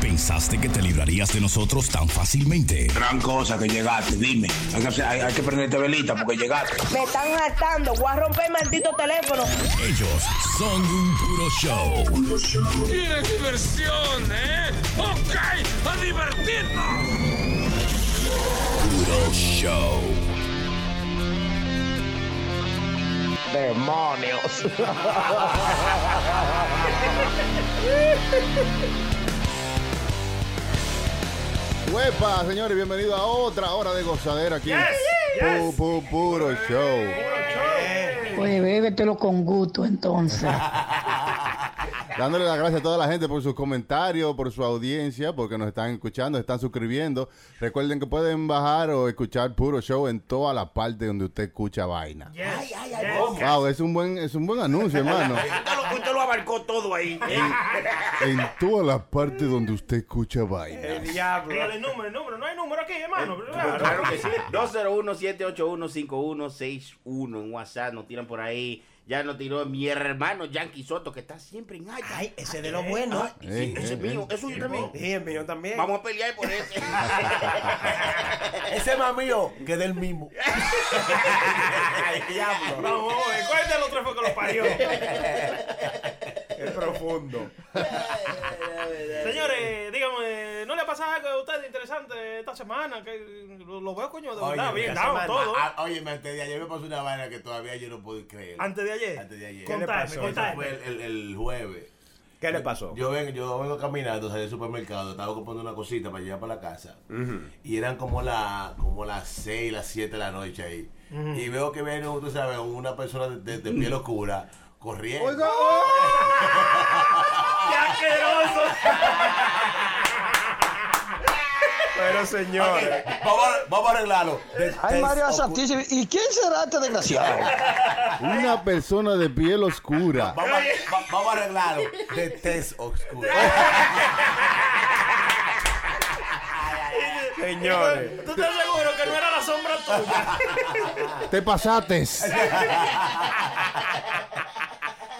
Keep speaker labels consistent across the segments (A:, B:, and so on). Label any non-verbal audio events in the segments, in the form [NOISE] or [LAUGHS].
A: ¿Pensaste que te librarías de nosotros tan fácilmente?
B: Gran cosa que llegaste, dime. Hay que, hacer- hay- hay que prenderte velita porque llegaste.
C: Me están matando. Voy a romper el maldito teléfono.
A: Ellos son un puro show.
D: ¿Quieres diversión, eh? ¡Ok! ¡A divertirnos!
A: Puro show.
E: Demonios. Huepa, señores, bienvenido a otra hora de gozadera aquí. Pu- pu- puro show.
F: Pues bébetelo con gusto entonces.
E: Dándole las gracias a toda la gente por sus comentarios, por su audiencia, porque nos están escuchando, se están suscribiendo. Recuerden que pueden bajar o escuchar Puro Show en toda la parte donde usted escucha vaina. Wow, es un buen, es un buen anuncio, hermano.
G: Usted lo, usted lo abarcó todo ahí.
E: En toda la parte donde usted escucha vaina.
G: Diablo.
H: El número, el número, no hay número aquí, hermano.
G: Claro que sí. 201-781-5161 en WhatsApp. Nos tiran por ahí. Ya nos tiró mi hermano Yankee Soto, que está siempre en alta.
H: Ay, ese de lo bueno.
G: Sí, ese es mío. Eso yo también.
H: Sí, el mío también.
G: Vamos a pelear por ese.
H: [LAUGHS] Ese más mío que del
I: [LAUGHS]
H: mismo. Diablo. Vamos, ¿cuál del otro fue que lo parió? Es profundo.
I: Señores, dígame, ¿no le pasa algo a ustedes interesante esta semana? Que lo, lo veo, coño, de verdad, bien dado todo.
J: Ah, Oye, antes de ayer me pasó una vaina que todavía yo no puedo creer.
I: Antes de ayer.
J: Antes de ayer.
I: ¿Qué le
J: Eso
I: pasó? Contame.
J: fue el, el- el jueves.
H: ¿Qué le pasó?
J: Yo vengo, yo vengo caminando, salí del supermercado, estaba comprando una cosita para llevar para la casa. Y eran como, la, como las 6, las 7 de la noche ahí. Y veo que viene, tú sabes, una persona de, de- de piel oscura corriendo.
H: ¡Qué asqueroso! Pero señores.
J: Vamos, a, vamos a arreglarlo. De-
K: Ay,
J: de-
K: María
J: oscu-
K: Santísima. ¿Y quién será este desgraciado?
E: Una persona de piel oscura.
J: Vamos, a- va- vamos a arreglarlo. De test oscuro.
H: Señores.
I: ¿Tú estás seguro que no era la sombra tuya?
E: Te pasaste.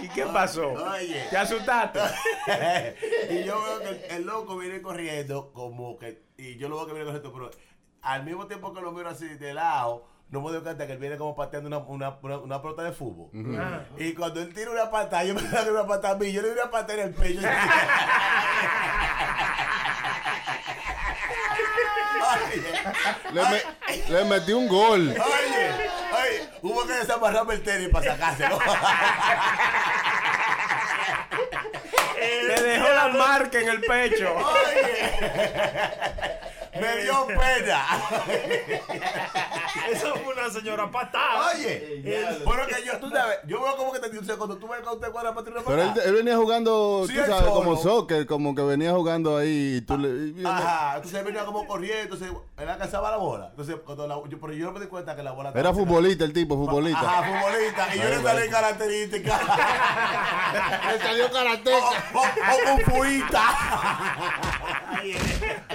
H: ¿Y qué pasó?
J: Oye.
H: ¿Te asustaste?
J: y yo veo que el, el loco viene corriendo como que y yo lo veo que viene corriendo pero al mismo tiempo que lo miro así de lado no me doy cuenta que él viene como pateando una, una, una, una pelota de fútbol. Y cuando él tira una patada, yo me doy una patada a mí, yo le doy una patada en el pecho. [LAUGHS] oye,
E: Le, me- le metí un gol.
J: oye, oye, hubo que desamarrarme el tenis para sacárselo.
H: Te dejó la marca en el pecho.
J: Oye, me dio pena.
I: [LAUGHS] Eso fue una señora patada.
J: Oye, pero que yo, tú sabes, yo veo como que te dice cuando tú ves cuando te cuadras para tirar
E: Pero
J: para
E: él,
J: acá.
E: él venía jugando,
J: Ah. Sí,
E: tú
J: él
E: sabes,
J: solo.
E: como soccer, como que venía jugando ahí y tú le...
J: Ajá, entonces él venía como corriendo, entonces él alcanzaba la bola. Entonces, cuando la, yo, pero yo no me di cuenta que la bola
E: Era futbolista el tipo, futbolista.
J: Ajá, futbolista. Y yo le salí características.
E: [LAUGHS] Le salió karate.
J: [LAUGHS] o, o, o fuita.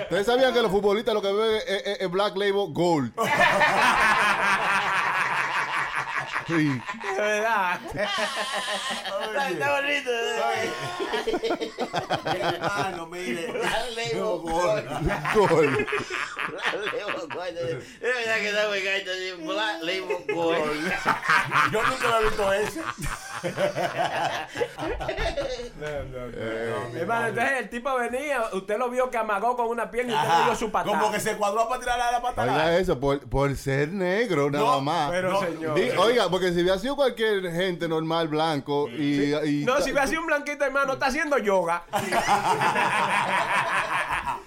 E: Ustedes sabían que los futbolistas lo que beben es, es- es Black Label Gold. Sí.
H: De verdad.
J: Está bonito. Hermano, mire.
G: Dale,
J: Yo,
G: gordo.
E: Gold.
G: Dale, gordo. Es verdad que está muy gaito, así, bla, le digo, gordo.
J: yo nunca lo he visto ese.
H: Hermano, entonces el tipo venía, usted lo vio que amagó con una pierna y usted le
J: Ajá,
H: dio su patada.
J: Como que se cuadró para tirar la, la patada.
E: Oiga eso, por, por ser negro nada más.
H: Pero
J: No,
H: señor.
E: Di- oiga, porque si hubiera sido cualquier gente normal, blanco, y... y-
H: no, si ve así un blanquito, hermano, está haciendo
E: [LAUGHS]
H: yoga.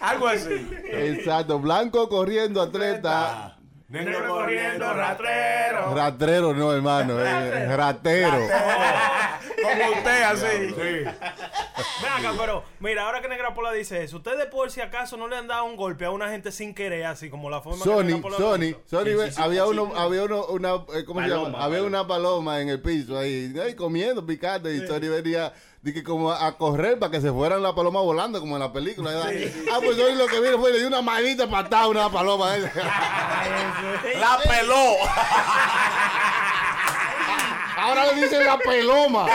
H: Algo así.
E: Exacto, blanco corriendo, atleta.
J: Negro corriendo, rastrero.
E: Ratrero no, hermano, eh, ratero.
H: Como usted así.
I: Ven acá, pero mira, ahora que Negra Pola dice eso, ustedes por si acaso no le han dado un golpe a una gente sin querer, así como la forma que
E: Sony,
I: Negra Pola lo
E: Sony,
I: hizo.
E: Sony, ve- había uno, había uno, una, eh, ¿cómo se llama? Había una paloma en el piso ahí, ahí comiendo, picante, y Sony venía de que como a a correr para que se fueran la paloma volando, como en la película. ¿verdad? Ah, pues Sony lo que vino fue y le dio una maldita patada a una paloma. a él.
J: La peló.
E: Ahora le dicen la peloma.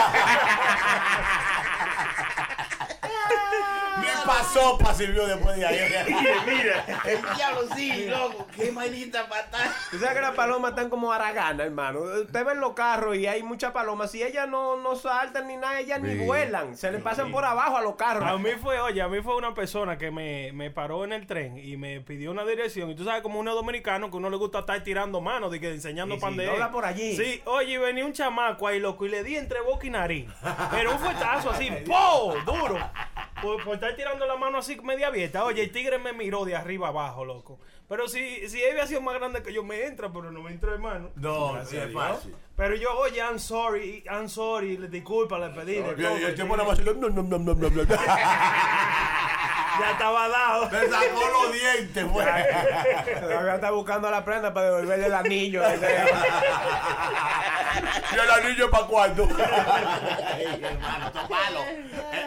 J: Mi patada La sopa sirvió después de ahí.
G: Mira, mira. El diablo sí, loco. Qué maldita patada.
H: Tú sabes que las palomas están como araganas, hermano. Usted ve en los carros y hay muchas palomas. Si ellas no, no saltan ni nada, ellas
E: Sí.
H: ni vuelan. Se le pasan por abajo a los carros.
I: A mí fue, oye, a mí fue una persona que me, me paró en el tren y me pidió una dirección. Y tú sabes, como uno dominicano, que uno le gusta estar tirando manos, de que enseñando
H: Sí, sí,
I: pandero.
H: dobla por allí.
I: Sí, oye, y venía un chamaco ahí, loco, y le di entre boca y nariz. Pero un fuetazo
J: [LAUGHS]
I: así, ¡po! Duro. Por, por estar tirando la mano así media abierta. Oye, el tigre me miró de arriba abajo, loco. Pero si, si él había sido más grande que yo, me entra, pero no me entra, hermano.
J: No,
I: Gracias
J: sí, es
I: a Dios.
J: fácil.
I: Pero yo, oye, I'm sorry, I'm sorry, le- disculpa, le pedí.
J: Y
I: disculpa,
J: el
I: sí.
J: tipo nada más hizo, "No, no, no, no, no, no".
I: Ya estaba
J: [LAUGHS]
I: dado.
J: Me sacó los dientes, güey.
H: Todavía está buscando la prenda para devolverle el anillo.
J: Y el anillo para cuándo.
G: Ey, hermano, esto es malo.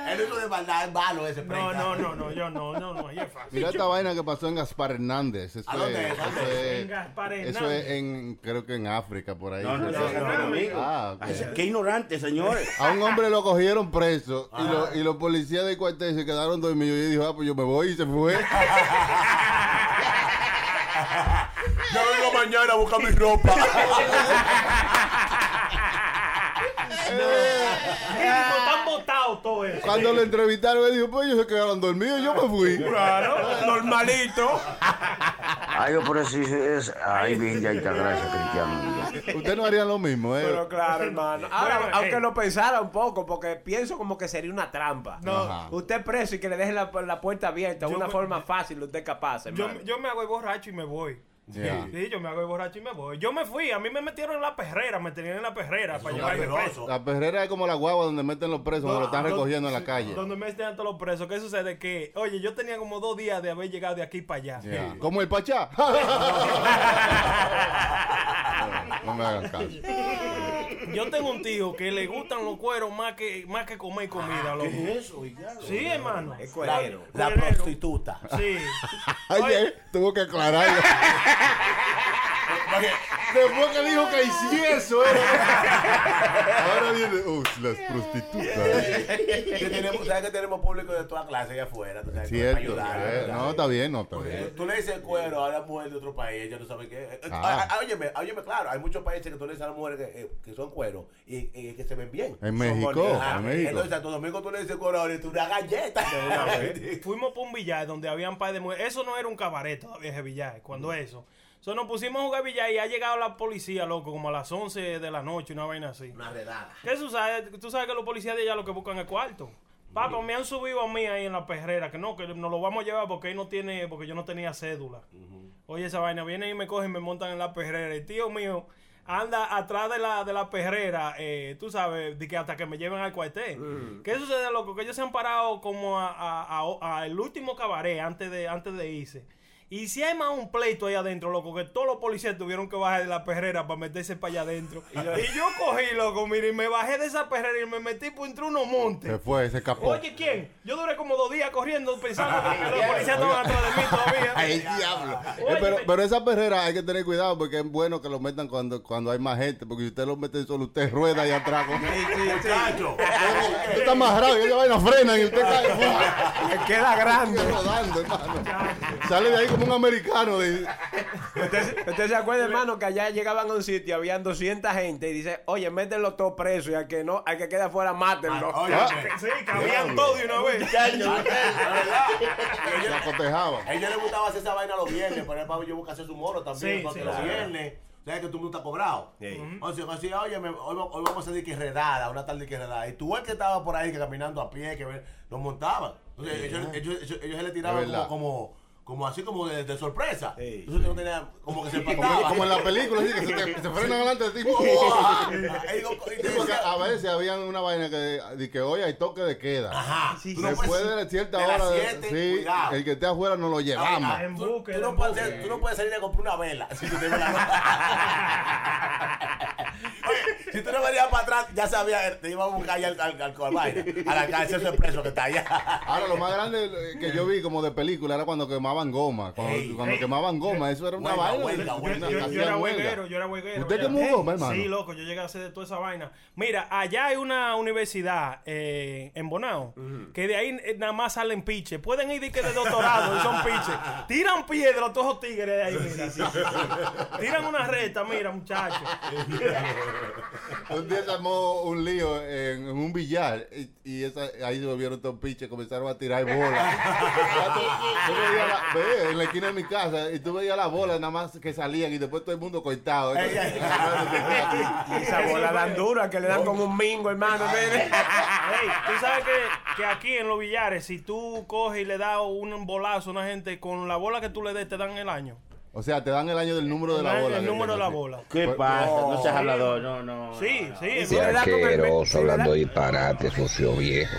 J: El único de maldad es malo ese
I: No, no, no, no, yo no, no, no, ahí es fácil.
E: Mira esta vaina que pasó en Gaspar Hernández. Eso
J: ¿A dónde?
E: es-
J: ¿A dónde?
E: eso es-
I: En Gaspar
E: Eso
I: Hernández.
E: es en, creo que en África, por ahí.
G: No, no, no, no, no, amigo.
E: Ah, ok.
G: Ay, Qué ignorante, señores.
E: A un hombre lo cogieron preso y, lo- y los policías del cuartel se quedaron dormidos. Y él dijo, ah, pues yo me voy y se fue.
J: [LAUGHS] Yo vengo mañana a buscar mi ropa.
I: Mínimo, están botados todo eso.
E: [LAUGHS] Cuando lo entrevistaron, él dijo, pues ellos se quedaron dormidos y yo me fui.
H: Claro, normalito.
B: Ay, yo por eso es. Ay, bien, ya está, gracias, Cristiano.
E: Ustedes no harían lo mismo, ¿eh?
H: Pero claro, hermano. Ahora,
I: Bueno, eh,
H: aunque
I: hey.
H: lo pensara un poco, porque pienso como que sería una trampa.
E: Ajá.
H: Usted preso y que le deje la, la puerta abierta,
I: Yo
H: una
I: me-
H: forma fácil, usted es capaz,
I: Yo,
H: hermano.
I: yo me hago el borracho y me voy.
E: Ya.
I: Sí, yo me hago el borracho y me voy. Yo me fui, a mí me metieron en la perrera, me tenían en la perrera para llevarme
J: pues.
I: preso.
E: La perrera es como la guagua donde meten los presos, donde lo
J: Ah,
E: están recogiendo en la calle.
I: Donde me tenían todos los presos. ¿Qué sucede? Que, oye, yo tenía como dos días de haber llegado de aquí para allá.
E: Ya. Como el
J: [LAUGHS]
E: Pachá. no me hagan caso.
I: Yo tengo un tío que le gustan los cueros más que, más que comer comida, loco.
G: Eso, y ya.
I: Sí, hermano.
H: Es
J: La,
H: cuerero.
J: la
I: Cuerero.
J: prostituta.
I: Sí.
E: Oye, eh, tuvo que aclararlo. [LAUGHS] Después que dijo que hice eso, eh. Ahora viene, uff, las prostitutas.
J: Que tenemos, ¿Sabes que tenemos público de toda clase allá afuera? tú sabes, para
E: Cierto.
J: ayudar,
E: eh.
J: ¿verdad?
E: No, está bien, no, está
J: Tú-
E: bien.
J: Tú le dices cuero a la mujer de otro país, ella no sabe qué. es. Eh,
E: Eh, Ah.
J: ah, Óyeme, óyeme, claro, hay muchos países que tú le dices a las mujeres que, eh, que son cuero y, y que se ven bien.
E: En México,
J: Son bonitas.
E: en México.
J: Entonces, a tu domingo tú le dices cuero ahorita una galleta.
I: Fuimos para un billar donde había un par de mujeres. Eso no era un cabaret todavía, ese billar. Cuando eso. So, nos pusimos a jugar billar y ha llegado la policía, loco, como a las 11 de la noche, una vaina así.
G: Una redada.
I: ¿Qué sucede? Tú sabes que los policías de allá lo que buscan es cuarto. Papá, me han subido a mí ahí en la perrera, que no, que nos lo vamos a llevar porque él no tiene, porque yo no tenía cédula. Oye, esa vaina, vienen y me cogen, me montan en la perrera. El tío mío anda atrás de la, de la perrera, eh, tú sabes, de que hasta que me lleven al cuartel. ¿Qué sucede, loco? Que ellos se han parado como a, a- a- a el último cabaret antes de, antes de irse. Y si hay más un pleito ahí adentro, loco, que todos los policías tuvieron que bajar de la perrera para meterse para allá adentro. y yo cogí, loco, mire, y me bajé de esa perrera y me metí por entre unos montes.
E: Se fue, se escapó.
I: Oye, ¿quién? Yo duré como dos días corriendo pensando que los policías estaban atrás de
E: [LAUGHS]
I: mí
E: Ay,
I: todavía.
E: el diablo.
I: Oye,
E: Eh, pero,
I: me-
E: pero esa perrera hay que tener cuidado porque es bueno que lo metan cuando, cuando hay más gente. Porque si usted lo mete solo, usted rueda allá atrás. con- [LAUGHS]
J: Muchacho.
E: Usted está amarrado y esa vaina frena y usted [LAUGHS] cae.
H: Le
I: [LAUGHS]
H: queda grande.
E: Sigue rodando, hermano. Sale de ahí como un americano. de-
H: Usted, usted se acuerda, hermano, que allá llegaban a un sitio, habían 200 gente y dice, oye, mételo todo preso y al que no, al que queda afuera, mátenlo.
E: Ah.
J: Óyeme.
I: Ah, Sí, cabían todos de una vez.
E: Se acotejaban.
J: A ella le gustaba hacer esa vaina los viernes, pero el pavo yo busca hacer su moro también,
I: Sí,
J: porque
I: sí,
J: los
I: sí.
J: viernes, ¿sabes que tú no estás cobrado? O sea, o sea, oye, me- hoy, va- hoy vamos a hacer que redada, una tarde que redada. Y tú el que estaba por ahí que caminando a pie, que ve- lo montaban. Entonces, ellos, ellos, ellos- ellos se le tiraban
E: Es verdad.
J: como, como, como así como de, de sorpresa.
H: Sí.
J: Entonces tú no tenías como que se
E: [LAUGHS] Como,
J: empataba.
E: como en la película, así que se, te- se
J: [LAUGHS]
E: [LAUGHS] frenan adelante de ti.
J: ¡Uah! Ahí digo, y te
E: Sí, porque
J: decía,
E: a veces habían una vaina que, de que hoy hay toque de queda.
J: Ajá, tú Ah, no
E: Después
J: puedes-
E: de cierta
J: de las
E: hora, de-
J: siete,
E: sí,
J: cuidado.
E: el que esté afuera no lo llevamos.
J: Ah,
I: En
J: tú-
I: buque,
J: tú, no
I: en
J: puedes
I: buque. [LAUGHS]
J: hacer- tú no puedes salir a comprar una vela si tú te ves la Oye, Si tú no venías para atrás, ya sabía, te iba a buscar ya al, al, al, al baile, a la cárcel de preso que está allá.
E: Ahora,
J: eh,
E: lo más grande eh, que yo vi como de película era cuando quemaban goma. Cuando, cuando quemaban goma, eso era una
I: Huelga,
E: vaina.
I: huelga,
E: Una-
I: huelga. Yo, yo
E: hacían
I: era
E: huelga.
I: hueguero, yo era hueguero.
E: ¿Usted
I: ya.
E: quemó
I: ¿Eh?
E: goma, hermano?
I: Sí, loco, yo llegué a hacer de toda esa vaina. Mira, allá hay una universidad eh, en Bonao que de ahí eh, nada más salen piches. Pueden ir de que de doctorado y son piches. Tiran piedra a todos los tigres de ahí, mira. Tiran una reta, mira, muchachos.
E: Un día se armó un lío en, en un billar y, y esa- ahí se volvieron todos piches, comenzaron a tirar bolas. Yo veía la- ve, en la esquina de mi casa y tú veías las bolas nada más que salían y después todo el mundo cortado.
I: Ah,
H: Esa bola dan dura que le dan como un mingo, hermano. mire.
I: Ey, tú sabes que, que aquí en los billares, si tú coges y le das un bolazo a una gente, con la bola que tú le des, te dan el año.
E: O sea, te dan el año del número de la
I: El
E: bola. que
I: número de la
E: tiene, sí.
I: bola.
G: ¿Qué
J: Pues,
G: pasa? No seas
I: Sí.
G: hablador, no, no.
I: Sí, sí.
G: Y
I: es
G: si le
I: verdad.
G: da con el-
L: Asqueroso, hablando disparate, socio viejo.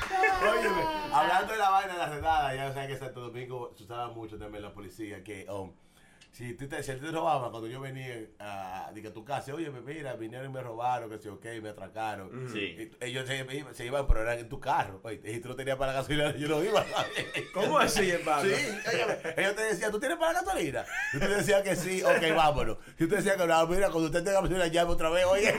J: Óyeme, hablando de la vaina de la redada, ya saben que en Santo Domingo se usaba mucho también la policía, que um, si tú te, si te robaban, cuando yo venía a, dije, a tu casa, oye, mira, vinieron y me robaron, que sí, ok, me atracaron.
G: Mm. Sí.
J: Y ellos se, iban- se iban, pero eran en tu carro. oíste, Y tú no tenías para la gasolina, yo no iba.
H: [LAUGHS] ¿Cómo así, hermano?
J: Sí, óyeme, ellos te decían, ¿tú tienes para la gasolina? Y tú decías que sí, ok, vámonos. Y tú decías que no, mira, cuando usted tenga gasolina, llame otra vez, oye.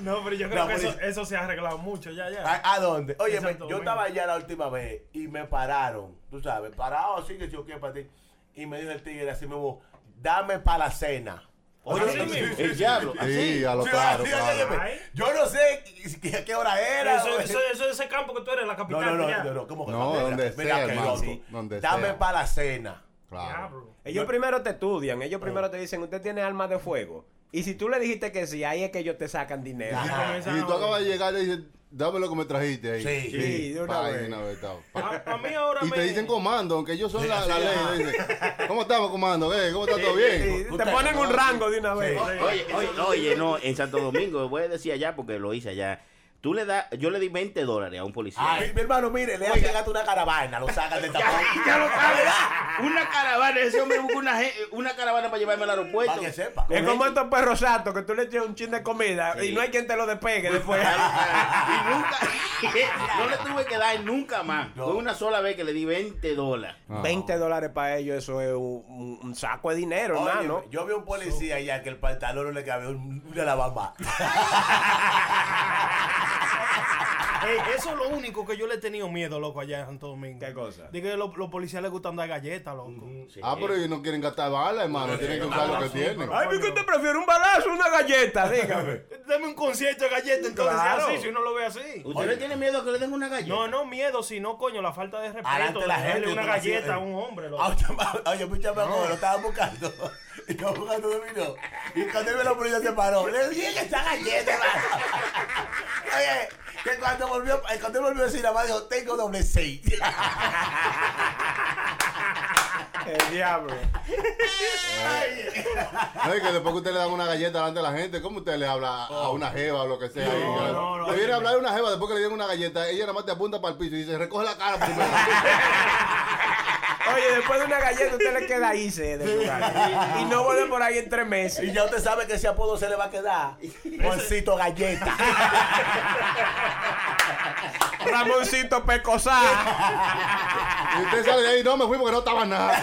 I: No, pero yo creo
J: No,
I: que eso,
H: pues.
J: policía.
I: eso se ha arreglado mucho ya, ya.
H: Ah,
J: ¿A, a dónde? Oye,
I: En
J: me-
I: Santo
J: yo
I: Domingo.
J: estaba allá la última vez y me pararon, tú sabes, parado así que yo qué para ti. Y me dijo el tigre así mismo, dame para la cena. Oye,
G: Así
J: sí,
G: mismo.
J: sí, sí,
G: El
J: sí,
G: diablo.
J: así.
E: Sí, a lo
J: Sí,
E: claro,
J: sí,
E: claro.
J: óyeme, Yo no sé qué- qué- a qué hora era.
I: eso,
J: güey.
I: eso, eso es ese campo que tú eres, la
J: no,
I: capital.
J: no, no,
I: ya.
J: no, no, ¿cómo que
E: No,
J: Mira,
E: donde
J: mira
E: sea,
J: qué
E: hermano,
J: loco.
E: donde
J: Dame
E: sea.
J: para la cena.
I: Diablo. Ah.
H: Ellos primero te estudian, ellos primero te dicen, usted tiene armas de fuego. Y si tú le dijiste que sí, ahí es que ellos te sacan dinero.
E: Y tú acabas de llegar y dices, dame lo que me trajiste ahí.
J: Sí.
H: Sí, de una
E: Pa,
H: vez.
E: de una vez, tao.
I: A, a mí ahora
E: Y
I: me...
E: te dicen comando, aunque ellos son
J: Sí,
E: la,
J: sí,
E: la ley.
J: ajá.
E: dicen, ¿Cómo estamos, comando? Eh, ¿Cómo está todo
H: Sí,
E: bien?
H: te ponen un rango de una vez.
G: Oye, oye, oye, no, en Santo Domingo, voy a decir allá porque lo hice allá. Tú le das, yo le di 20 dólares a un policía.
J: Ay, mi hermano, mire, le hacen hasta una caravana, lo sacan del tapón.
G: Ya lo sabes, una caravana, ese hombre busca una, gen- una caravana para llevarme al aeropuerto.
J: Para que sepa.
G: Con
H: Es como
G: gente-
H: estos perros santos que tú le echas un chin de comida
G: Sí.
H: y no hay quien te lo despegue
I: [LAUGHS]
H: después.
I: Ah.
G: y nunca, [LAUGHS] no le tuve que dar nunca más.
J: No.
G: Fue una sola vez que le di 20 dólares.
H: 20 dólares para ellos, eso es un, un- un saco de dinero,
J: Oye,
H: hermano.
J: Yo vi un policía allá que el pantalón no le cabía un- una lavamba.
I: Ey, eh, eso es lo único que yo le he tenido miedo, loco, allá en Santo Domingo.
H: ¿Qué cosa?
I: Digo que los, los policías les gustan dar galletas, loco.
E: Ah, pero ellos no quieren gastar balas, hermano. Tienen que usar lo que tienen.
H: Ay, mi que usted prefiere un balazo o una galleta, [LAUGHS] dígame.
I: Dame un concierto de galletas, entonces,
H: Claro.
I: así, si uno lo ve así.
G: ¿Usted le tiene miedo que le den una galleta?
I: No, no miedo, sino, coño, la falta de respeto.
J: Adelante
I: de
J: la
I: darle
J: gente.
I: una
J: tú así,
I: galleta
J: eh.
I: a un hombre, loco.
J: A un chamaco- Oye, [LAUGHS] un chamaco lo estaba buscando. [LAUGHS] Y estaba buscando dominó. Y cuando él vio la policía se paró. Le dije que está galleta, hermano. [LAUGHS] Oye, que cuando volvió, eh, cuando él volvió a decir, la madre dijo, tengo doble seis.
H: [LAUGHS]
J: [LAUGHS]
H: El diablo.
E: No, y que después que usted le dan una galleta delante de la gente, ¿cómo usted le habla a una jeva o lo que sea? Y que le-
I: Oh. no, no,
E: le
I: no.
E: viene a hablar a una jeva después que le den una galleta, ella nada más te apunta para el piso y dice, recoge la cara primero.
H: Oye, después de una galleta, usted le queda ahí se de lugar. Y no vuelve por ahí en tres meses.
J: Y ya usted sabe que ese apodo se le va
G: [LAUGHS]
J: a quedar. Juancito Galleta.
H: Ramoncito Pecosá.
E: y
I: [LAUGHS]
E: usted sale de ahí, no, me fui porque no estaba nada.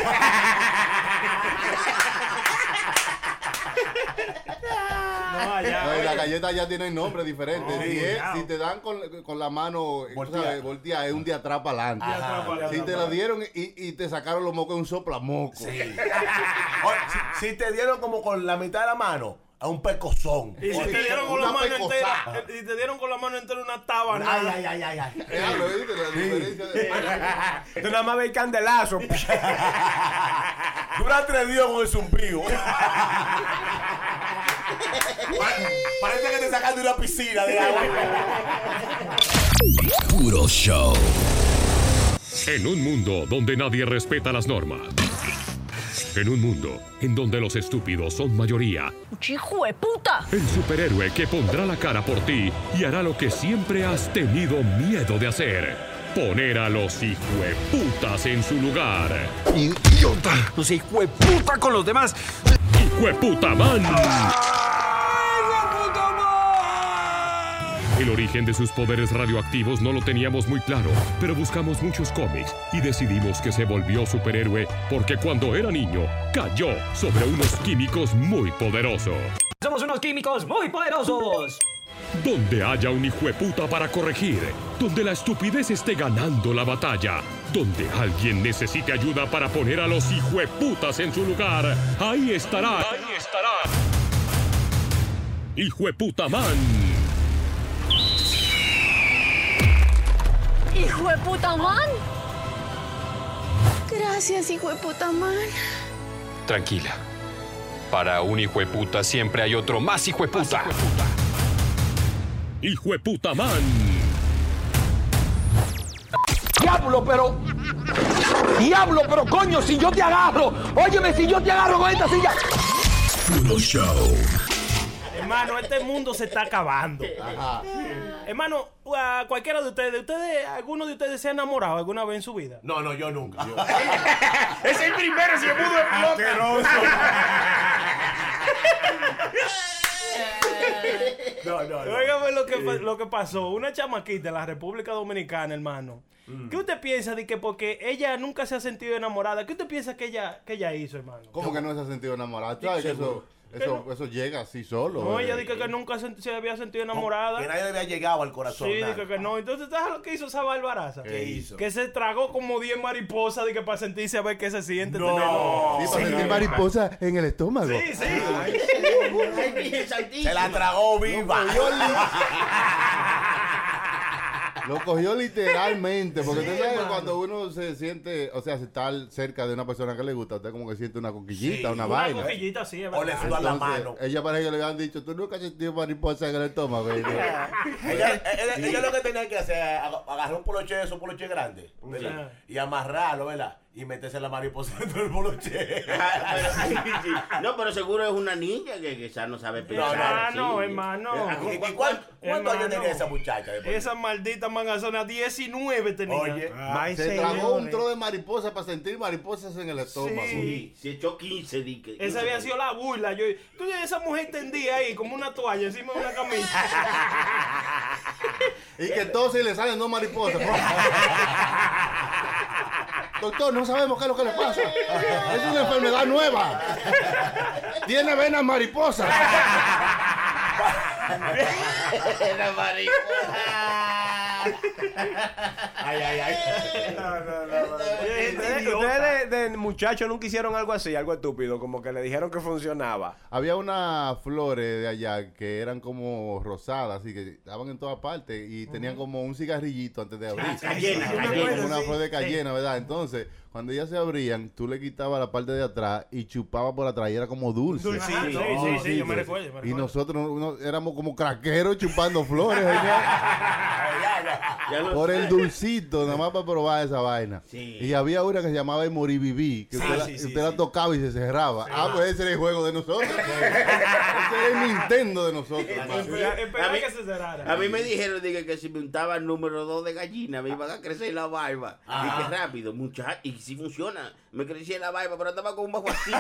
I: No, allá,
E: No, y las
I: oye.
E: galletas ya tienen nombre diferente.
I: Oh,
E: si, es-
I: cuidado.
E: si te dan con, con la mano tú
J: Voltea.
E: sabes, voltea, es un día atrás para adelante.
I: Día atrás para
E: Si
I: adelante.
E: te la dieron y, y te sacaron los mocos, es un soplamoco.
J: Oye, si, si te dieron como con la mitad de la mano, a un pecozón.
I: Y si te dieron con la
E: Una
I: mano
E: pecosada.
I: entera, eh, si te dieron con la mano entera una
J: Ay,
I: tábana.
J: ay, ay, ay, ay.
E: Déjalo, ¿viste? La diferencia
I: [LAUGHS]
E: de-
H: Tú nada más ves el candelazo.
J: Dura tres días con el [LAUGHS] zumbido. Pa- Parece que te sacan de una piscina de agua.
A: Puro show.
M: En un mundo donde nadie respeta las normas. En un mundo en donde los estúpidos son mayoría.
N: ¡Hijo de puta!
M: El superhéroe que pondrá la cara por ti y hará lo que siempre has tenido miedo de hacer. Poner a los hijueputas en su lugar. ¡Idiota! ¡Los hijueputa con los demás! ¡Hijueputa man! El origen de sus poderes radioactivos no lo teníamos muy claro, pero buscamos muchos cómics y decidimos que se volvió superhéroe porque cuando era niño cayó sobre unos químicos muy poderosos.
N: Somos unos químicos muy poderosos.
M: Donde haya un hijueputa para corregir, donde la estupidez esté ganando la batalla, donde alguien necesite ayuda para poner a los hijueputas en su lugar, ahí estará. Ahí estará. Hijueputa man.
O: ¡Hijo de puta man! Gracias, hijo de puta man.
P: Tranquila. Para un hijueputa siempre hay otro más hijueputa.
M: Hijueputa man.
Q: Diablo, pero. Diablo, pero coño, si yo te agarro. Óyeme, si yo te agarro con esta silla.
A: Puro Show.
I: Hermano, este mundo se está acabando. Hermano, a cualquiera de ustedes, ustedes, ¿alguno de ustedes se ha enamorado alguna vez en su vida?
J: No, no, yo nunca.
D: Es el primero, se pudo
J: No, no, no.
I: Óigame pues, lo que, pa- lo que pasó. Una chamaquita de la República Dominicana, hermano.
J: Mm.
I: ¿Qué usted piensa de que porque ella nunca se ha sentido enamorada? ¿Qué usted piensa que ella, que ella hizo, hermano?
E: ¿Cómo que no se ha sentido enamorado? ¿Sabes que eso,
I: Seguro.
E: eso, eso llega así solo.
I: No, ella
E: eh.
I: dice que nunca se, se había sentido enamorada.
J: Que nadie le había llegado al corazón.
I: Sí,
J: nada.
I: dice que no. Entonces, ¿sabes lo que hizo esa barbaraza?
J: ¿Qué hizo?
I: Que se tragó como 10 mariposas de que para sentirse a ver qué se siente.
E: No. Sí, para sentir mariposa en el estómago.
I: "Oh, Sí, sí.
J: Se la tragó viva.
E: Lo cogió literalmente, porque usted sabe que cuando uno se siente, o sea, se está al- cerca de una persona que le gusta, usted como que siente una coquillita, una, vaina.
I: cosquillita, sí, es
E: O le
I: verdad.
E: sudan la mano. Ella parece que le habían dicho, tú nunca has sentido mariposa en el estómago.
I: [LAUGHS]
E: Y yo,
J: Ella, ella- ella lo que tenía que hacer era ag- agarrar un poloche de esos poloche grandes ¿verdad? y amarrarlo, ¿verdad? Y meterse la mariposa [LAUGHS] dentro del poloche.
G: No, pero seguro es una niña que quizás no sabe pensar.
I: Hermano,
G: así.
I: Ah, hermano.
J: Ah, ¿Y cu- cuánto- cuántos años
I: Hermano.
J: tenía esa muchacha?
I: Esa maldita mangazona 19 tenía. Ah,
J: Oye,
E: se tragó un tro de mariposa para sentir mariposas en el estómago.
I: Sí.
G: Se echó 15, di que-
I: Esa había sido la burla. Yo, tú, esa mujer tendía ahí como una toalla encima de una
H: [LAUGHS]
I: camisa.
E: Y que entonces le salen dos mariposas. Doctor, no sabemos qué es lo que le pasa. Es una enfermedad nueva. Tiene venas mariposas.
D: La
J: Ay, ay, ay.
H: Ustedes ustedes de, de muchachos nunca hicieron algo así, algo estúpido, como que le dijeron que funcionaba.
E: Había unas flores de allá que eran como rosadas, así que estaban en todas partes y tenían como un cigarrillito antes de abrir.
G: cayena,
E: Como
G: cayena,
E: una
G: sí.
E: flor de cayena, ¿verdad? Entonces, cuando ellas se abrían, tú le quitabas la parte de atrás y chupabas por atrás y era como dulce.
I: Dulcito. Sí, sí, sí, yo me recuerdo, yo me
E: Y
I: recuerdo.
E: nosotros uno- éramos como craqueros chupando flores allá
G: Ya lo
E: por
G: sé.
E: el dulcito, nada más para probar esa vaina. Y había una que se llamaba el Moribibí, que
G: Sí,
E: usted, la,
G: sí, sí,
E: usted la tocaba y se cerraba. Ah, pues ese era el juego de nosotros. ese era el Nintendo de nosotros. hermano.
I: Esperaba
G: A mí-
I: que se cerrara.
G: A mí me dijeron dije, que si me untaba el número 2 de gallina me iban a crecer la barba.
J: Ajá.
G: Dije rápido, muchacho, y si funciona. Me crecía la barba, pero andaba con un bajo así.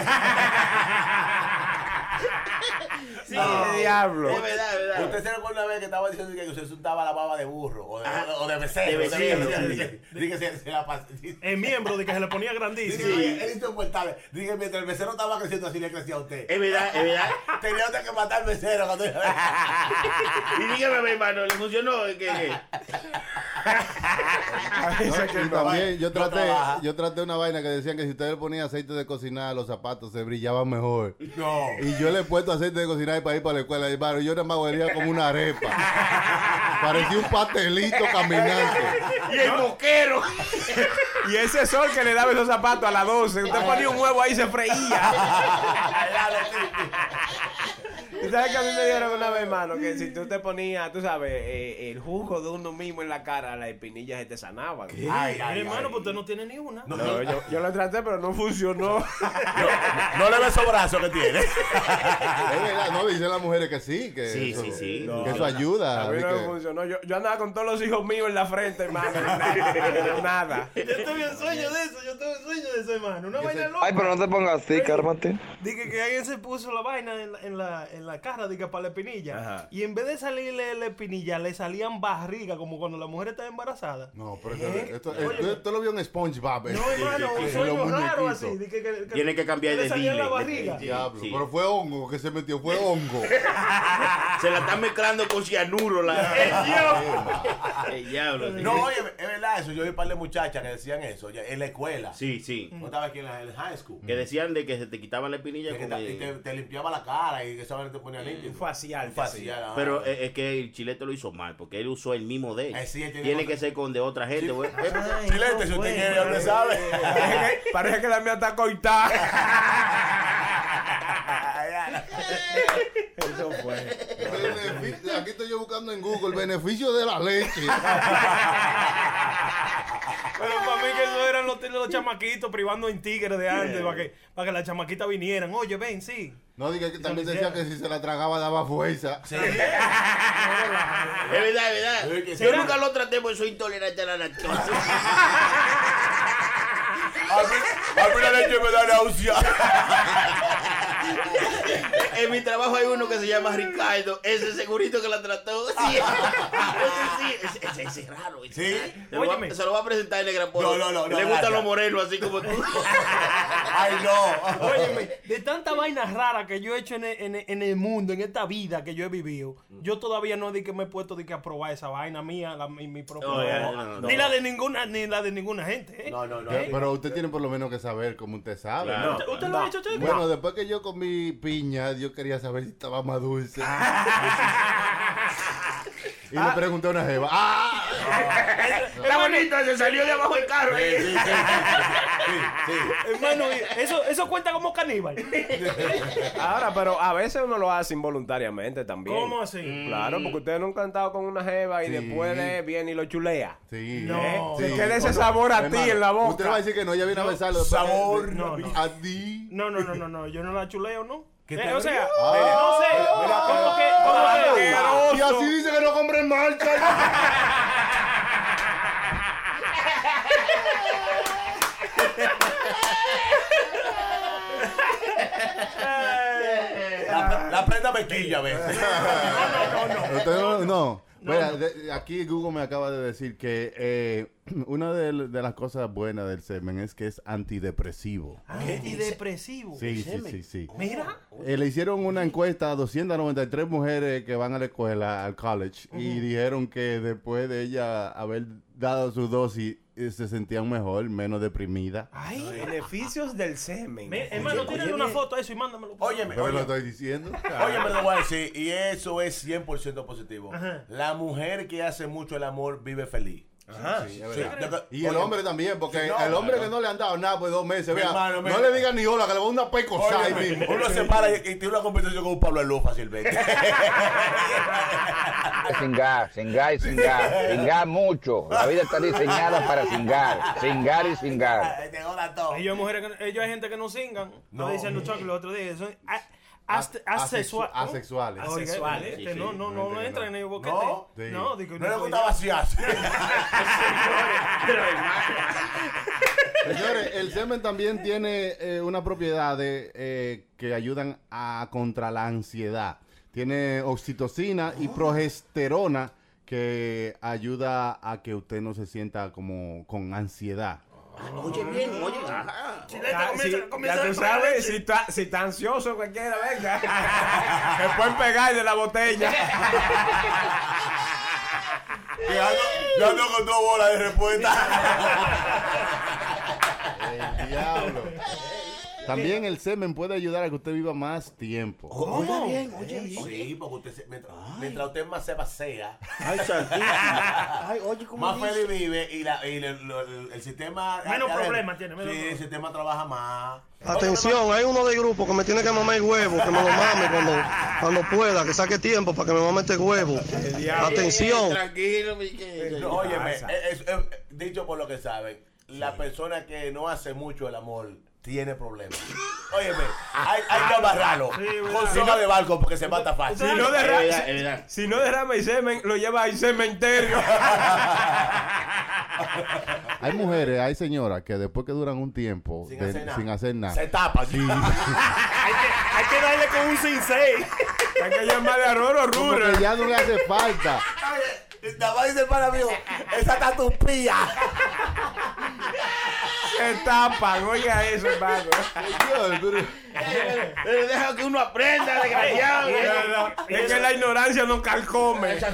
G: sí,
J: No.
H: diablo.
G: Es verdad, es verdad.
J: ¿Usted se recuerda una vez que estaba diciendo que usted se untaba la baba de burro o de, o de becerro?
G: De
J: o
G: becerro,
J: Dije,
G: sí.
J: dije, [LAUGHS] dije, se, se la pas- dije,
I: El miembro de que se le ponía grandísimo. [LAUGHS]
J: dije, "Él hizo insoportable". Dije, mientras el becerro estaba creciendo, así le crecía a usted.
G: Es verdad, es verdad.
J: Tenía usted que matar al becerro cuando
G: y dígame, mi hermano, ¿le funcionó? ¿Qué, qué?
E: No, y
J: no
E: también
J: trabaja,
E: yo
J: no
E: traté,
J: trabaja.
E: yo traté una vaina que decían que si usted le ponía aceite de cocina a los zapatos se brillaban mejor.
J: No.
E: Y yo le he puesto aceite de cocina para ir para la escuela, hermano. Yo nada más olía como una arepa. Parecía un pastelito caminante.
D: Y el
H: moquero. y ese sol que le daba esos zapatos a las 12, usted ponía un huevo ahí y se freía. ¿Tú sabes que a mí me dieron una vez, hermano, que si tú te ponías, tú sabes, eh, el jugo de uno mismo en la cara, las espinillas se te sanaban.
I: Ay, hermano, pues usted no tiene ni una.
H: No, yo, yo lo traté, pero no funcionó.
I: [LAUGHS]
J: No le ve esos brazos que tiene.
E: Es verdad, no dicen las mujeres que sí, que
G: Sí,
E: eso,
G: sí, sí.
E: que
G: No,
E: eso
G: no.
E: ayuda.
H: A mí
E: de
H: no me
E: que-
H: funcionó. Yo, yo andaba con todos los hijos míos en la frente, hermano. Nada.
I: Yo tuve un sueño de eso, yo tuve un sueño de eso, hermano. Una vaina loca.
K: Ay, pero no te pongas así, cálmate.
I: Dije que alguien se puso la vaina en la, en la, en la cara, diga, para la espinilla. Y en vez de salirle la espinilla, le salían barriga, como cuando la mujer está embarazada.
E: No, pero
I: ¿Eh?
E: esto, esto,
I: Oye,
E: esto- esto lo vio en SpongeBob. eh.
I: No, hermano, un sueño raro así. di que- que-
G: Tiene que cambiar
I: le
G: de
I: salía
G: dealer.
I: la barriga.
E: Diablo,
G: Sí.
E: pero fue hongo que se metió, fue hongo.
G: Se la están mezclando con cianuro. La... [LAUGHS] El diablo. sí.
J: No, oye, es verdad eso. Yo vi un par de muchachas que decían eso ya, en la escuela.
G: Sí, sí.
J: No estaba aquí en la en el high school.
G: Que decían de que se te quitaba la espinilla.
J: Que
G: con
J: te,
G: el-
J: te- te limpiaba la cara y que esa vaina te ponía limpio. Un facial. facial. ajá.
G: Pero es, es que el chilete lo hizo mal, porque él usó el mismo de él.
J: Eh, sí, él tiene
G: tiene
J: otra-
G: que ser con de otra gente.
J: [LAUGHS]
G: güey.
J: Chilete, si usted quiere, ya usted sabe.
H: [LAUGHS] Parece que la mía está coitada. [LAUGHS]
E: Eso fue. aquí estoy yo buscando en Google beneficio de la leche.
I: Pero para mí que eso eran los, los chamaquitos privando en tigres de antes, para que, para que las chamaquitas vinieran. Oye, ven, sí.
E: No diga que también decía que si se la tragaba daba fuerza.
G: Es verdad, es verdad.
E: Sí, que
G: Yo
E: sí.
G: nunca lo traté porque soy intolerante a la lactosa.
J: A mí la leche me da náusea.
G: En mi trabajo hay uno que se llama Ricardo. Ese segurito que la trató.
J: [LAUGHS]
G: Sí, ese sí, ese, ese es raro. ese
J: Sí.
G: es raro. Se lo, va, se lo va a presentar en el gran
J: No, no, no, no,
G: Le gustan
J: gracias.
G: los morenos, así como
J: [LAUGHS]
G: tú.
J: Ay, no.
I: Óyeme, de tanta vaina rara que yo he hecho en el, en el- en el mundo, en esta vida que yo he vivido, yo todavía no di que me he puesto de que a probar esa vaina mía, la- mi, mi propia.
E: No, ya,
I: No,
E: no, no,
I: ni
E: no.
I: la de ninguna, ni la de ninguna gente. ¿eh? ¿Eh?
E: Pero usted tiene por lo menos que saber como usted sabe.
I: Claro. ¿Usted- usted lo ha hecho, usted?
E: Bueno,
I: No.
E: después que yo comí piña, yo quería saber si estaba más
H: [LAUGHS]
E: dulce. y le pregunté a una jeva. ¡Ah!
G: Está bonito, se salió de abajo el carro. ¿eh?
I: Hermano, eso, eso cuenta como caníbal.
H: eh, Ahora, pero a veces uno lo hace involuntariamente también.
I: ¿Cómo así?
E: Mm.
H: Claro, porque ustedes nunca han estado con una jeva y
E: Sí.
H: después de- viene y lo chulea.
E: Sí.
H: No.
E: Sí.
H: Te queda ese
E: Bueno,
H: sabor a
E: hermano,
H: ti en la boca.
E: Usted va a decir que no, ya viene a
H: No,
E: besarlo.
H: sabor.
I: No, no.
E: A ti.
I: No, no, no, no, no, yo no la chuleo, ¿no?
E: ¿Qué
I: Eh,
E: te
I: o sea,
E: ríes?
I: no
E: Ah.
I: sé, como que, como que-
E: Y así dice que no compre en marcha.
J: [LAUGHS] La, la prenda me quilla
E: [LAUGHS]
J: a veces.
E: Usted no, no. Mira, de- aquí Google me acaba de decir que eh, [CLEARS THROAT] una de, de las cosas buenas del semen es que es antidepresivo.
I: Ah, Antidepresivo.
E: Sí, sí, sí, sí.
I: Mira.
E: Eh, le hicieron una encuesta a 293 mujeres que van a la escuela, al college, y dijeron que después de ella haber dado su dosis, eh, se sentían mejor, menos deprimidas.
H: Beneficios del semen.
I: Me- hermano, tírale una foto a eso y mándamelo.
J: Óyeme,
E: Pero lo
J: óyeme.
E: estoy diciendo.
J: [LAUGHS] Oye, me lo voy a decir, y eso es 100% positivo.
E: Ajá.
J: La mujer que hace mucho el amor vive feliz.
E: Ajá. Sí, es verdad.
J: yo creo-
E: Y el
J: oye,
E: hombre también, porque
J: sí, no,
E: el hombre
J: claro.
E: que no le han dado nada por dos meses,
J: Mi
E: vea,
J: hermano,
E: no
J: mira.
E: le diga ni hola, que le va a una pecosa ahí
J: Óyeme,
E: mismo.
J: Uno se para y, y tiene una conversación con un Pablo Aló
L: [LAUGHS]
J: fácilmente.
L: Singar, singar y singar. Singar mucho. La vida está diseñada para singar. Singar y singar.
I: Ellos hay mujeres que- ellos hay gente que no singan. No,
L: No.
I: dicen los chocos el otro día. Son a- aste- asexua- ¿no?
E: asexuales.
I: Oiga,
E: Asexuales,
I: este,
E: sí,
I: no,
E: sí.
I: no, no, no entran en el boquete.
J: No.
E: Sí.
I: No, digo,
J: No le
I: soy
J: gusta
I: yo.
J: vaciarse.
E: Señores, el semen también tiene eh, una propiedad de, eh, que ayudan a contra la ansiedad. Tiene oxitocina y progesterona que ayuda a que usted no se sienta como con ansiedad.
G: Oye, bien, oye. ajá.
H: Ah, sí, ya tú sabes, si está, si está ansioso cualquiera,
I: [LAUGHS]
H: venga. Me pueden pegar de la botella.
J: Que ando- Yo ando con dos bolas de respuesta.
E: También el semen puede ayudar a que usted viva más tiempo.
J: Oye bien, oye bien. Sí, porque usted se- mientras, mientras usted más se vacía,
G: Ay,
J: [LAUGHS]
G: santísimo.
J: Ay, oye,
G: ¿cómo
J: más
G: dice?
J: feliz vive y, la, y el, lo- el- el sistema.
I: Menos
J: a- a-
I: problemas tiene, menos
J: Sí, el sistema trabaja más.
K: Atención, hay uno del grupo que me tiene que mamar el huevo, que me lo mame cuando, cuando pueda, que saque tiempo para que me mame este huevo. Atención.
G: Tranquilo, mi querido.
J: No, óyeme, es- es- es- dicho por lo que saben, la persona que no hace mucho el amor tiene problemas. óyeme, hay, hay que
I: Ah,
J: amarrarlo con soga de barco porque se mata fácil.
H: Si no, derra- si, si no derrama el semen, lo lleva al cementerio.
E: Hay mujeres, hay señoras que después que duran un tiempo de- sin, hacer, nada.
J: Se tapa.
E: Sí.
I: Hay que darle con un sensei.
H: Hay que llamarle a Roro Rural.
E: Porque ya no le hace [LAUGHS] falta.
J: Nada más dice para mí, esa está tupía.
H: Se tapan, oiga eso, hermano.
G: Pero deja que uno aprenda, desgraciado.
H: No, no, Es que la ignorancia no calcome.
I: Eso,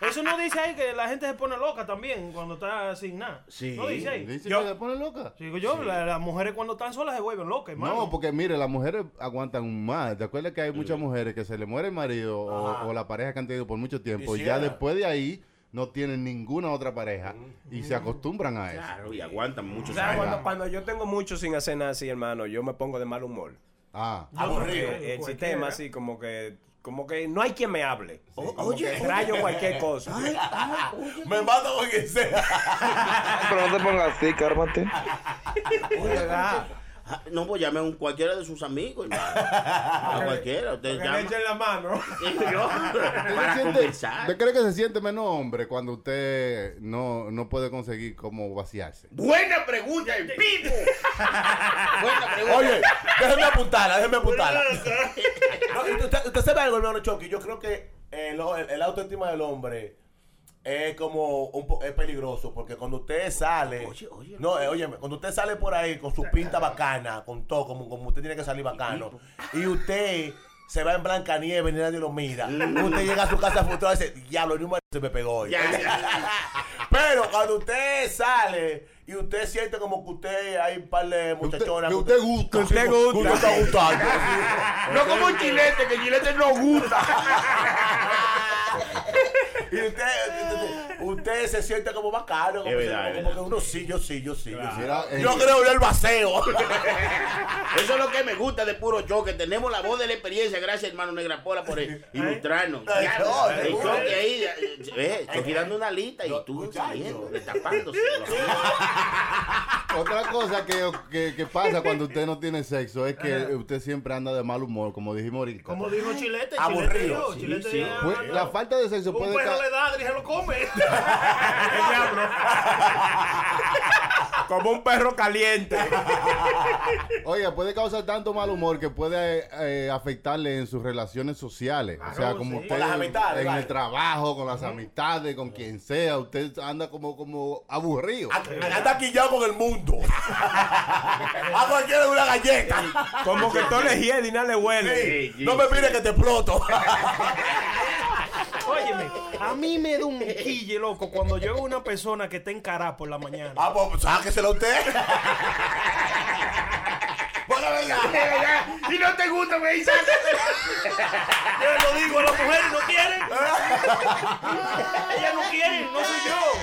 I: eso no dice ahí que la gente se pone loca también cuando está sin nada.
E: Sí.
I: No dice ahí.
E: Dice
I: Yo-
E: que se pone loca.
I: Digo yo, la- las mujeres cuando están solas se vuelven locas, hermano.
E: No, porque mire, las mujeres aguantan más. ¿Te acuerdas que hay muchas mujeres que se le muere el marido o, o la pareja que han tenido por mucho tiempo? Y ya
G: Quisiera.
E: después de ahí no tienen ninguna otra pareja y se acostumbran a eso.
G: Claro, y aguantan
H: O
G: muchos
H: sea, cuando,
G: años.
H: cuando yo tengo mucho sin hacer nada así, hermano, yo me pongo de mal humor.
E: Ah,
G: Aburrido.
H: Porque El
G: Cualquiera.
H: sistema así, como que, como que no hay quien me hable. Como
J: oye,
H: que
J: oye.
H: rayo cualquier cosa.
J: Me mato con quien sea.
Q: Pero no te pongas así, cármate.
G: Ah, No, pues llamen a cualquiera de sus amigos, hermano. A cualquiera. Ustedes
H: Que le
G: llaman.
H: echen la mano. [LAUGHS]
G: Yo, Para conversar.
E: ¿Usted cree que se siente menos hombre cuando usted no, no puede conseguir cómo vaciarse?
G: Buena pregunta, en vivo. Buena pregunta.
J: Oye, déjeme apuntarla, déjeme apuntarla. [LAUGHS] No, y usted, usted sabe algo, hermano Chucky. Yo creo que el, el- el autoestima del hombre es como un po- es peligroso porque cuando usted sale no eh, óyeme, cuando usted sale por ahí con su pinta bacana con todo como, como usted tiene que salir bacano y usted se va en blanca nieve y nadie lo mira usted llega a su casa frustrado y dice diablo el número se me pegó hoy [LAUGHS] pero cuando usted sale y usted siente como que usted hay un par de muchachonas que usted,
E: gusta
J: usted gusta, está gustando, sí.
G: No como un chilete, que el chilete no gusta.
J: [LAUGHS] Y usted, usted, usted se siente como bacano, como,
G: Es verdad,
J: que,
G: es
J: como que uno sí, yo sí, yo sí. Yo, sí.
E: Claro.
J: yo creo en el vaceo.
G: Eso es lo que me gusta de puro choque. Tenemos la voz de la experiencia. Gracias, hermano Negra Pola, por eh, ilustrarnos.
J: Ay,
G: Ya,
J: no,
G: el
J: seguro.
G: choque ahí, eh, eh, choque dando una lista y tú saliendo, destapándose.
E: Otra cosa que, que- que pasa cuando usted no tiene sexo es que usted siempre anda de mal humor, como dijimos ahorita.
I: Como dijo Chilete, Chilete
E: Aburrido.
I: yo, Chilete
E: Sí,
I: ya-
E: pues, la falta de sexo
I: Un
E: puede
I: perro
E: ca-
I: le da y se
E: [LAUGHS]
I: lo come.
H: Como un perro caliente.
E: Oiga, puede causar tanto mal humor que puede eh, afectarle en sus relaciones sociales. o sea, como
J: sí.
E: usted
J: Con las amistades,
E: en
J: vale.
E: el trabajo, con las amistades, con quien sea, usted anda como, como aburrido.
J: Ah, Anda quillado con el mundo. A cualquiera una galleta.
H: Como que tú le hiede y nada le huele.
J: Sí, no me mires que te exploto.
I: Óyeme, a mí me da un quille, loco, cuando yo veo una persona que está en cara por la mañana.
J: Ah, pues sáqueselo usted. Bueno, venga.
G: Si no te gusta, me dices.
I: Yo lo digo, las mujeres no quieren. Ellas no quieren, no soy yo.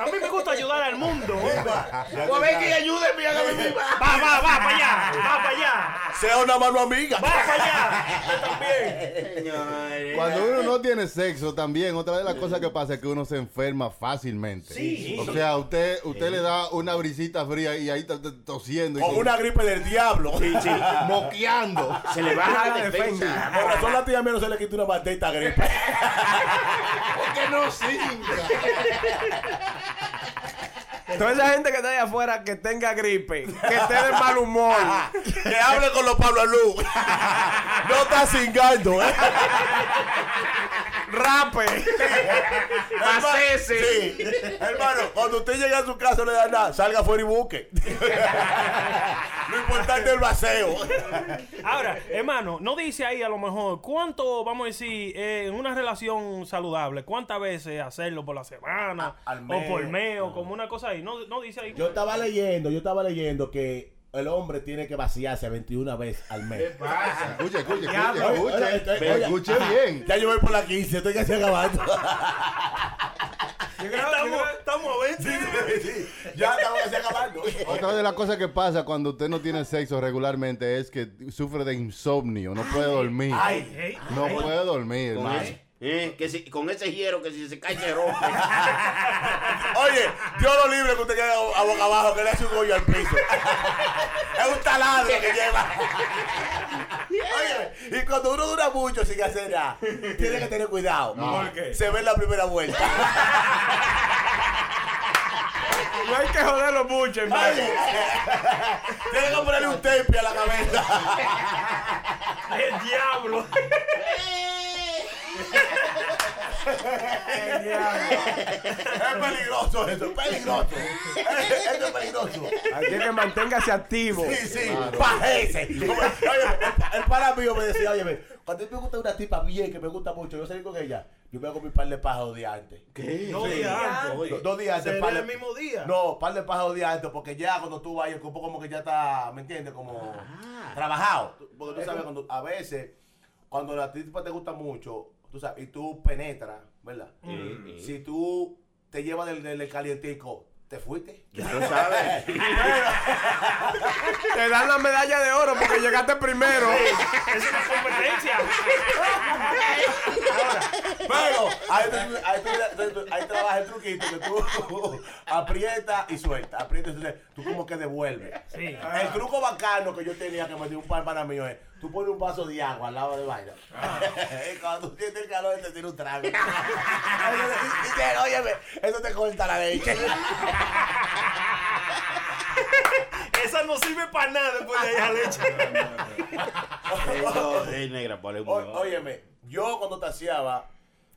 I: A mí me gusta ayudar al mundo.
E: [LAUGHS]
G: Pues ven que ayúdeme, hágame mi
I: Va, va, va, para allá, va para allá,
J: Sea una mano amiga.
I: va para allá. Yo también.
G: Señores.
E: Cuando uno no tiene sexo también, otra de las cosas que pasa es que uno se enferma fácilmente.
I: Sí.
E: O sea, usted usted le da una brisita fría y ahí está usted tosiendo. y
J: Con
E: con-
J: una gripe del
E: [LAUGHS]
J: diablo. [LAUGHS]
E: Moqueando.
G: Se le baja la defensa.
J: Con razón la tía mía no se le quita una maldita gripe.
E: que no singa.
H: Toda esa gente que está allá afuera que tenga gripe, que esté de mal humor.
J: que hable con los Pablo Luz. [LAUGHS] no está cingando, ¿eh?
H: Rape.
G: Macese.
J: Sí. Hermano, cuando usted llegue a su casa no le da nada, salga afuera y busque. Lo importante es el vaceo.
I: Ahora, hermano, no dice ahí a lo mejor cuánto, vamos a decir, eh, en una relación saludable, cuántas veces hacerlo por la semana
J: al
I: o por
J: mes.
I: mes o como una cosa ahí. No, no dice ahí.
J: Yo estaba leyendo, yo estaba leyendo que el hombre tiene que vaciarse 21 veces al mes.
E: Escuche, escuche,
J: Oye, oye,
E: escuche.
J: estoy-
E: escuche.
J: oye,
E: Escuche
J: ajá,
E: bien.
J: Ya yo voy por la 15, estoy casi acabando.
H: Yo creo- yo
I: Estamos,
H: creo-
I: estamos a ver.
J: Sí, sí, [LAUGHS] sí. Ya estamos casi acabando.
E: Otra de las cosas que pasa cuando usted no tiene sexo regularmente es que sufre de insomnio, no puede dormir.
J: Ay.
E: no puede dormir,
G: Con
E: hermano.
G: ese- eh, que si- con ese hierro que si se cae se [LAUGHS] rompe.
J: Oye, Dios lo libre que usted quede a boca abajo, que le hace un hoyo al piso. es un taladro que lleva. Oye, y cuando uno dura mucho sin hacer nada, tiene que tener cuidado.
H: ¿Por qué?
J: Se ve en la primera vuelta.
H: No hay que joderlo mucho, hermano.
J: Oye, tiene que ponerle un tempe a la cabeza.
I: El diablo.
J: El diablo. Es peligroso esto, es peligroso. Esto es peligroso.
H: Así que manténgase activo.
J: Sí, sí,
H: Claro.
J: pajese. Como- Oye, el, el pana mío me decía, oye, cuando a mí me gusta una tipa bien, que me gusta mucho, yo salí con ella, yo me hago mi par de paja dos días antes. ¿Qué?
I: Dos días antes.
J: Dos días antes.
I: ¿Será
J: par de-
I: el mismo día?
J: No, par de paja dos días antes, porque ya cuando tú vas, el cuerpo como que ya está, ¿me entiendes? Como
G: Ah.
J: trabajado. Porque tú sabes, cuando, a veces, cuando la tipa te gusta mucho, tú sabes, y tú penetras, ¿verdad?
G: Sí.
J: Si tú te llevas del, del calientico, te fuiste.
G: Ya lo
J: [LAUGHS]
G: sabes.
H: Te dan la medalla de oro porque llegaste primero.
I: Es una competencia.
J: Pero ahí, tú- ahí tú- ahí trabaja el truquito que tú [LAUGHS] aprieta y suelta, aprieta y suelta. Tú como que devuelves. El truco bacano que yo tenía que me dio un par para mí es, tú pones un vaso de agua al lado de vaina. [LAUGHS] Y cuando tú sientes el calor, te tira un trago. [LAUGHS] Dice, óyeme, eso te corta la leche.
I: [LAUGHS] Esa no sirve para nada después de esa leche.
J: [LAUGHS]
G: Eso es negra, ponle un
J: O- óyeme, yo cuando taseaba,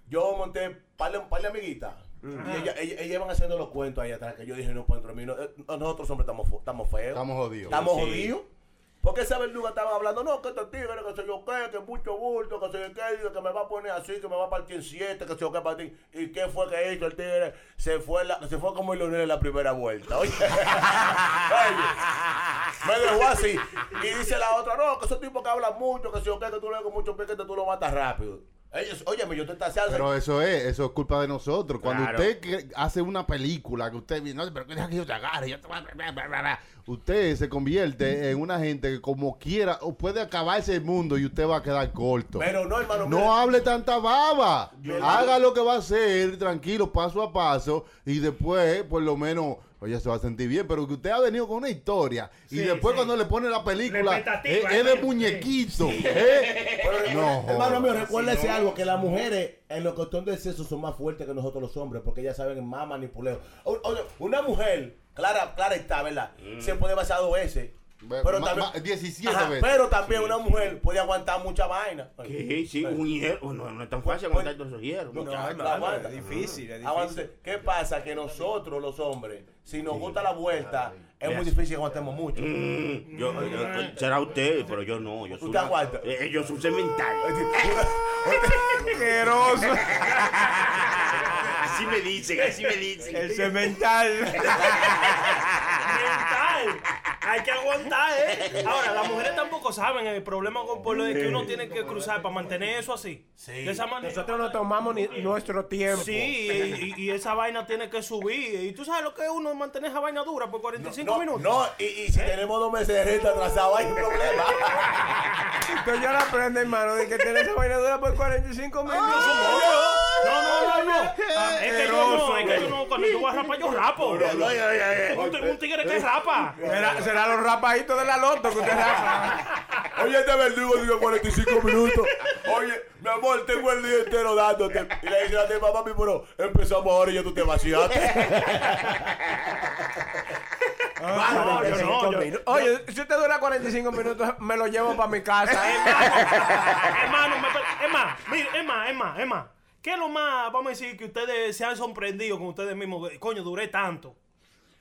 J: yo monté un par de, par de amiguitas.
E: Mm.
J: Y ellas, ellas- ellas iban haciendo los cuentos ahí atrás que yo dije, no puedo entrar. no, eh, nosotros hombres estamos, fu- estamos feos.
E: Estamos jodidos.
J: Estamos
E: Sí.
J: jodidos. Porque esa verduga estaban hablando, no, que estos tigres, que se yo qué, que mucho bulto, que se yo qué, que me va a poner así, que me va a partir en siete, que se yo qué partir. ¿Y qué fue que hizo el tigre? Se fue, la- se fue como el Leonel en la primera vuelta. Oye. Oye, me dejó así. Y dice la otra, no, que esos tipos que hablan mucho, que se yo qué, que tú le das con mucho piquete, tú lo matas rápido. Ellos, óyeme, yo te taseando.
E: Pero eso es, eso es culpa de nosotros. Cuando
J: Claro.
E: usted cre- hace una película que usted viene, no, pero deja que yo te agarre, yo te voy a- bla, bla, bla, bla". Usted se convierte en una gente que como quiera, o puede acabarse el mundo y usted va a quedar corto.
J: Pero no, hermano,
E: No
J: mira.
E: hable tanta baba.
J: Yo-
E: Haga lo que va a hacer, tranquilo, paso a paso, y después, por lo menos, oye, se va a sentir bien. Pero que usted ha venido con una historia, y
J: Sí,
E: después
J: sí.
E: cuando le pone la película, es,
J: Expectativa,
E: es de
J: ¿eh?
E: muñequito.
J: Sí.
E: ¿eh? No,
J: Hermano mío,
E: joda.
J: recuérdese
E: Sí, no.
J: algo, que las mujeres en lo cuestión del sexo son más fuertes que nosotros los hombres, porque ellas saben más manipuleo. O- oye, una mujer, clara, clara está, ¿verdad? Se puede besar dos veces. Pero
E: ma-
J: también,
E: ma- 17 veces.
J: Pero también una mujer puede aguantar mucha vaina.
G: ¿Qué? Sí, un hierro. No, no es tan fácil aguantar todos esos hierros.
J: No,
G: muchacho.
J: la aguanta. Aguante. ¿Qué pasa? Que nosotros los hombres, si nos gusta la vuelta, es muy
G: Yes.
J: difícil que aguantemos mucho. [LAUGHS]
G: Mm, yo- yo- será usted, pero yo no. Yo soy
J: ¿Usted
G: una-
J: aguanta?
G: Eh, yo soy un
J: [LAUGHS]
G: cemental.
H: Asqueroso.
G: Así me dicen, así me dicen.
H: El cemental.
I: mental. Hay que aguantar, ¿eh? Ahora, las mujeres tampoco saben el problema con pueblo es que uno tiene que cruzar para mantener eso así. De esa manera.
H: Nosotros no tomamos ni nuestro tiempo.
I: Sí, y, y- y esa vaina tiene que subir. Y tú sabes lo que es uno mantener esa vaina dura por 45 minutos.
J: No, y, y si tenemos dos meses de renta atrasado, hay un problema.
H: Entonces yo la aprendo, hermano, de que tiene esa vaina dura por 45 minutos.
I: No, no, no, no. Ah, Es que yo no,
H: Asqueroso,
I: es que yo
H: güey.
I: no, cuando yo voy a rapar, yo rapo.
H: No, no, ya, ya, ya.
I: Un ti- un tigre que rapa.
H: Será, será los rapaditos de la loto que usted rapa.
J: Oye, este verdugo digo 45 minutos. Oye, mi amor, tengo el día entero dándote. Y le dice a ti, papá, mi bro, empezamos ahora y ya tú te vaciaste.
I: Ah,
H: no, yo no, yo- Oye, si usted dura 45 minutos, me lo llevo para mi casa.
I: Hermano, me per- es más, mire, es más, es más, es más. ¿Qué es lo más, vamos a decir, que ustedes se han sorprendido con ustedes mismos? Coño, duré tanto.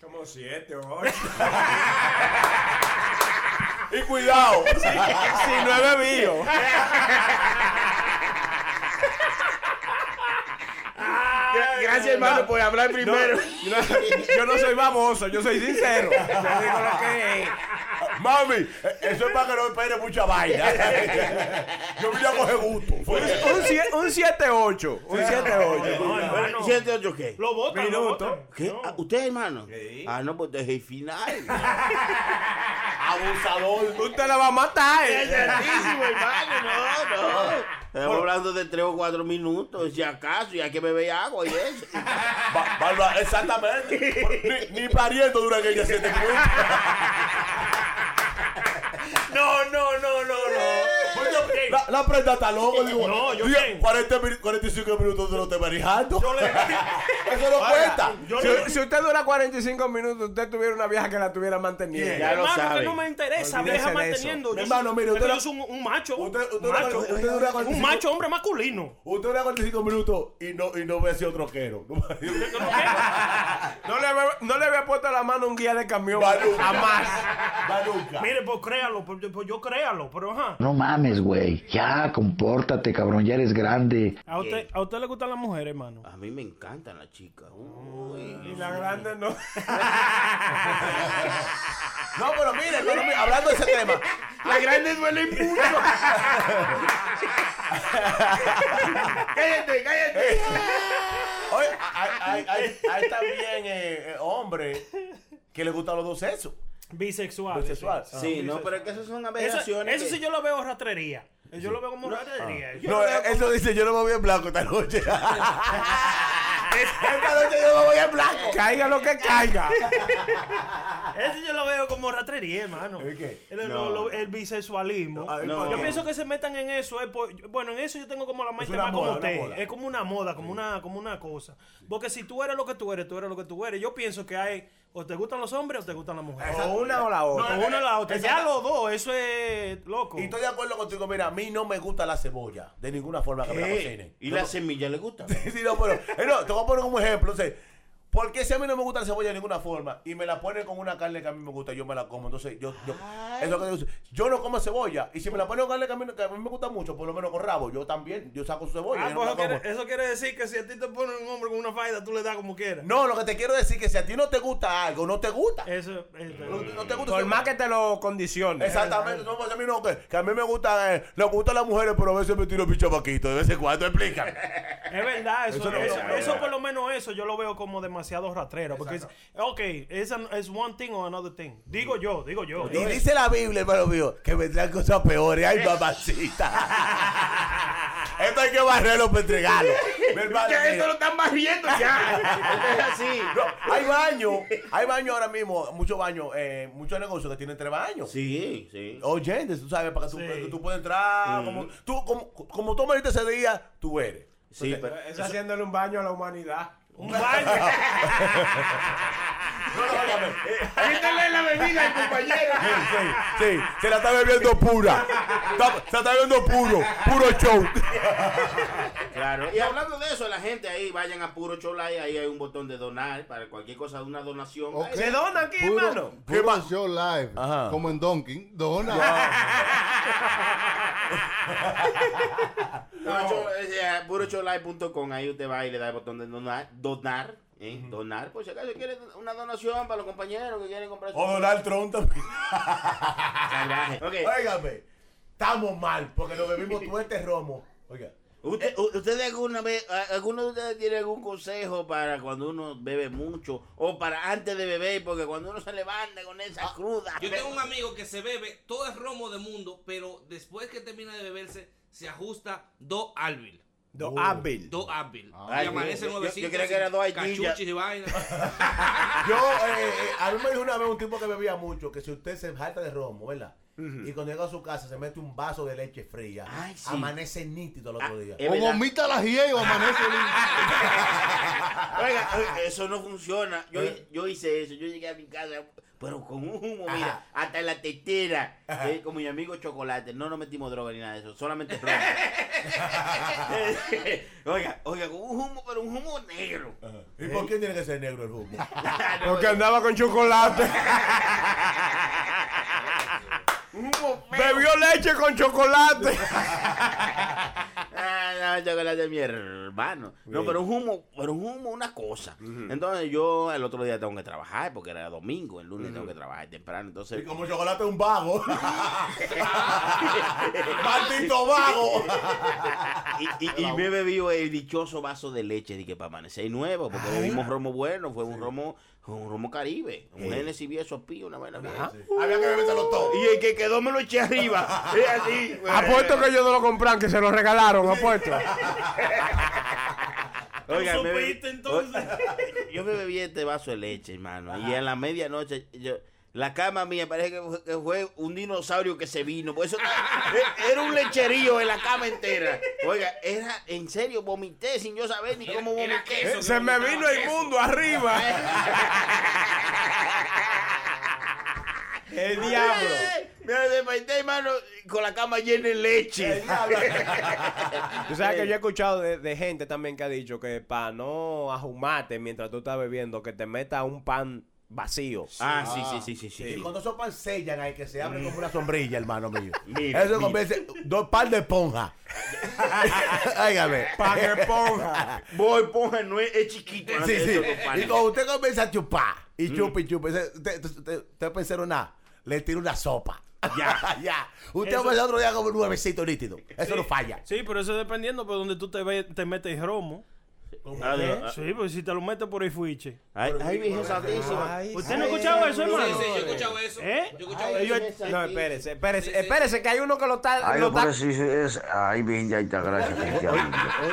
H: Como 7 o 8.
J: y
H: [LAUGHS]
J: cuidado.
H: Si no he bebido.
G: Gracias, hermano, por hablar primero.
H: No, yo no soy baboso, yo soy sincero. Yo digo lo que es.
J: Mami, eh, eso es para que no espere mucha vaina. Yo vine a coger gusto.
H: Un 7-8. Un 7-8. Un 7-8.
G: ¿Siete, ocho qué?
I: Lo votan, lo
G: Minuto.
I: votan.
G: ¿Qué? Ah, ¿Usted, hermano? Ah, no, pues desde el final.
J: Abusador.
H: Usted la va a matar.
G: Es altísimo, hermano. No, no. Estamos hablando de tres o cuatro minutos, si acaso, y hay que beber agua y eso.
J: Barba- exactamente. Ni, ni pariendo dura que ella siete minutos.
I: No, Pues no, no, no, no.
J: Oye, la, la prenda está loco. Digo,
I: No, yo
J: digo,
I: qué.
J: 40 minu- 45 minutos te lo estoy manejando. [LAUGHS] Eso no
H: Oiga,
J: cuenta.
H: yo
J: Sí.
H: le- si usted dura 45 minutos, usted tuviera una vieja que la tuviera manteniendo.
J: Ya lo
I: Eh, hermano, que no me interesa,
H: Olvídese
I: vieja
H: de
I: manteniendo.
H: eso.
I: Yo
J: Hermano,
I: soy-
J: mire, usted
I: pero
J: la-
I: yo soy un, un macho.
J: Usted
I: macho.
J: dura- usted dura
I: un
J: 45
I: macho, hombre
J: [LAUGHS]
I: masculino.
J: Usted dura 45 minutos y no, y no ve si otro [LAUGHS] quiero.
H: No le, había- no le había puesto la mano a un guía de camión.
J: Baruca.
I: Jamás.
J: Baruca.
I: Mire, pues créalo, pues yo, pues, yo créalo, pero ajá.
R: No mames, güey. Ya, compórtate, cabrón. Ya eres grande.
I: ¿A usted, ¿A usted le gustan las mujeres, hermano?
G: A mí me encantan las chicas. Uy.
H: Y la grande no.
J: No, pero mire, pero mire, hablando de ese tema.
D: La grande duele mucho.
J: cállate, cállate. Oye, hay, hay- hay- hay también eh, eh, hombres que les gustan los dos sexos.
I: [LAUGHS] Bisexual.
J: Bisexual.
G: Sí, no, pero es que Ah, eso es una
I: Eso,
G: aberración.
I: eso sí yo lo veo ratrería. Yo lo veo como ratrería. Yo
J: No, eh,
I: lo veo
J: eso dice, yo no me voy en blanco esta
I: [LAUGHS]
J: noche. [LAUGHS] esta noche yo no voy en blanco.
H: Caiga lo que caiga.
I: Eso yo lo veo como ratrería, hermano.
J: ¿El qué?
I: El, lo-
J: No.
I: lo- el bisexualismo.
J: Ah, no.
I: Yo pienso que se metan en eso. es por- bueno, en eso yo tengo como la mente
J: una
I: más como
J: moda, una
I: usted.
J: moda.
I: Es como una moda, como, una, como una cosa. Porque si tú eres lo que tú eres, tú eres lo que tú eres. Yo pienso que hay o te gustan los hombres o te gustan las mujeres.
J: Exacto.
I: O una o la
J: No,
I: o una o la otra.
J: exacto.
I: Ya los dos, eso es loco.
J: Y estoy de acuerdo contigo, mira, a mí no me gusta la cebolla, de ninguna forma que me la
G: ¿Qué?
J: cocinen. [LAUGHS]
G: ¿Y
J: No,
G: la
J: no.
G: semilla le gusta?
J: Sí, no, pero, eh, no, te voy a poner como ejemplo. O sea, porque si a mí no me gusta la cebolla de ninguna forma y me la ponen con una carne que a mí me gusta, yo me la como. Entonces, yo, yo, es lo que digo, yo no como cebolla. Y si me la ponen con carne que a, mí, que a mí me gusta mucho, por lo menos con rabo, yo también, yo saco su cebolla.
I: Ah,
J: yo no
I: pues eso,
J: me la como.
I: quiere, eso quiere decir que si a ti te ponen un hombre con una faida, tú le das como quieras.
J: No, lo que te quiero decir es que si a ti no te gusta algo, no te gusta.
I: Eso, este,
J: No, no te gusta.
H: Por más que te lo condicione.
J: Exactamente, no, pues a mí no, que, que a mí me gusta, eh, le gustan las mujeres, pero a veces me tiro picho vaquito, de vez en cuando, explícame.
I: Es verdad, eso,
J: Eso no-
I: eso-
J: no, no,
I: eso
J: no.
I: por lo menos eso yo lo veo como demasiado rastrero. Porque es, ok, es, an- es one thing or another thing. Digo yo, digo yo.
J: Y dice la Biblia, hermano mío, que vendrán cosas peores. Ay, mamacita. [LAUGHS] Esto hay que barrerlo para [LAUGHS] entregarlo. Mi hermano,
D: Ya
J: mira.
D: [LAUGHS] eso lo están barriendo
G: [LAUGHS]
D: ya.
J: No, hay baños, hay baños ahora mismo, muchos baños, eh, muchos negocios que tienen tres baños.
G: Sí, sí.
J: Oye, tú sabes, para que tú, que tú puedas entrar, como, tú, como, como tú me diste ese día, tú eres.
G: Sí,
J: Entonces,
G: pero-
H: Es haciéndole un baño a la humanidad.
I: Un baño.
D: Quítale la bebida, compañera.
J: Sí, se la está bebiendo pura. Está- se la está bebiendo puro, puro show.
G: Claro. Y hablando de eso, la gente ahí, vayan a Puro Cholay, ahí hay un botón de donar para cualquier cosa, una donación.
E: Ok.
G: Ahí-
E: Puro-
H: [LAUGHS]
E: Puro show live. Como en Donkey. Dona.
G: Puro Cho- eh, eh, PuroCholay.com, ahí usted va y le da el botón de donar, donar, ¿eh? donar, por si acaso quiere una donación para los compañeros que quieren comprar su- Ah,
J: O Donald Trump también.
G: Salvaje. Ok.
J: Óigame, estamos mal porque nos bebimos todo este romo. Oiga.
G: Usted- u- ¿Ustedes alguna vez, a- alguno de ustedes tiene algún consejo para cuando uno bebe mucho o para antes de beber? Porque cuando uno se levanta con esa cruda.
S: Ah, Yo tengo un amigo que se bebe todo el romo del mundo, pero después que termina de beberse, se ajusta dos Advil.
H: Dos Advil.
S: Dos Advil.
G: Ay,
S: y amanece
G: Ah, yo- yo-
S: nuevecito.
G: yo creía que era dos
S: sin
G: Advil ya.
S: Cachuchis y vaina.
J: Yo, eh, eh, a mí me dijo una vez un tipo que bebía mucho que si usted se jalta de romo, ¿verdad? Y cuando llega a su casa se mete un vaso de leche fría.
G: sí.
J: Amanece nítido el otro día.
G: es verdad.
E: Vomita la hielo, amanece.
G: [LAUGHS] Oiga, oiga, eso no funciona. Yo, yo hice eso. Yo llegué a mi casa, pero con un humo, mira, hasta en la tetera. eh, con mi amigo Chocolate. No nos metimos droga ni nada de eso, solamente romo.
S: [LAUGHS]
G: [LAUGHS] oiga, oiga, con un humo, pero un humo negro.
J: ¿Y por qué tiene que ser negro el humo?
G: [LAUGHS]
H: Porque andaba con chocolate.
G: Un humo feo.
H: Bebió leche con chocolate.
G: Ah, no, chocolate es mi hermano. No,
J: Bien.
G: pero un humo, pero un humo, una cosa. Entonces yo el otro día tengo que trabajar porque era domingo, el lunes tengo que trabajar temprano. Entonces,
J: Y como el chocolate es un vago. [LAUGHS] ¡Maldito vago!
G: y, y- y me bebió el dichoso vaso de leche dije, para amanecer nuevo, porque bebimos romo bueno, fue un romo, un romo caribe, un Genesis viejo pío, una vaina vieja.
J: Había que bebérselo todo.
G: Y el que quedó me lo eché
J: [LAUGHS]
G: arriba. Es así.
H: Apuesto que ellos no lo compran, que se lo regalaron,
J: [LAUGHS]
H: apuesto.
G: Oiga,
I: Tú
G: me bebí-
I: supiste, entonces.
G: Yo me bebí este vaso de leche, hermano. Y a la medianoche, yo, La cama mía parece que fue, que fue un dinosaurio que se vino. Por eso [LAUGHS] eh, era un lecherío en la cama entera. Oiga, era en serio, vomité sin yo saber ni cómo vomité.
H: queso, Eh, Se me vino vomitaba el queso. mundo
J: [LAUGHS]
H: arriba.
G: El diablo. eh, Mira, desperté, hermano, con la cama llena de leche. [LAUGHS]
H: Tú sabes que yo he escuchado de, de gente también que ha dicho que para no ajumarte mientras tú estás bebiendo, que te meta un pan vacío.
G: Ah, sí, sí, sí, sí, sí.
J: Y cuando esos pan sellan ahí, que se abren como
H: Mm.
J: una sombrilla,
H: [LAUGHS]
J: hermano mío.
G: Mira,
J: Eso
G: mira.
J: convence dos par
S: [LAUGHS]
J: de esponja. Óigame.
G: Pan de esponja. Voy, esponja no es, es chiquito. no
J: Sí,
G: es
J: sí.
G: eso, compadre.
J: Y cuando usted comienza a chupar, y chupa, y chupa, usted, usted, usted- usted pensaron nada, le tira una sopa. Ya, [LAUGHS] ya. Usted
I: Eso-
J: va el otro día como un nuevecito nítido. Eso no falla.
I: Sí, pero eso dependiendo por donde tú te, ve- te metes romo.
G: Ah,
S: ¿Eh?
G: de- ah.
I: Sí, pues si te lo metes por el fuiche.
G: Ay, ay, Virgen Santísima.
I: ¿Usted no ha escuchado eso, hermano?
S: Sí, sí, yo he escuchado eso.
I: ¿Eh?
S: Yo he escuchado
H: Ellos-
S: eso.
H: no, espérese, espérese, espérese, que hay uno que lo está.
B: Ay,
H: lo
B: lo
H: está-
B: por eso es. Ay, bien, ya está, gracias, cristiano.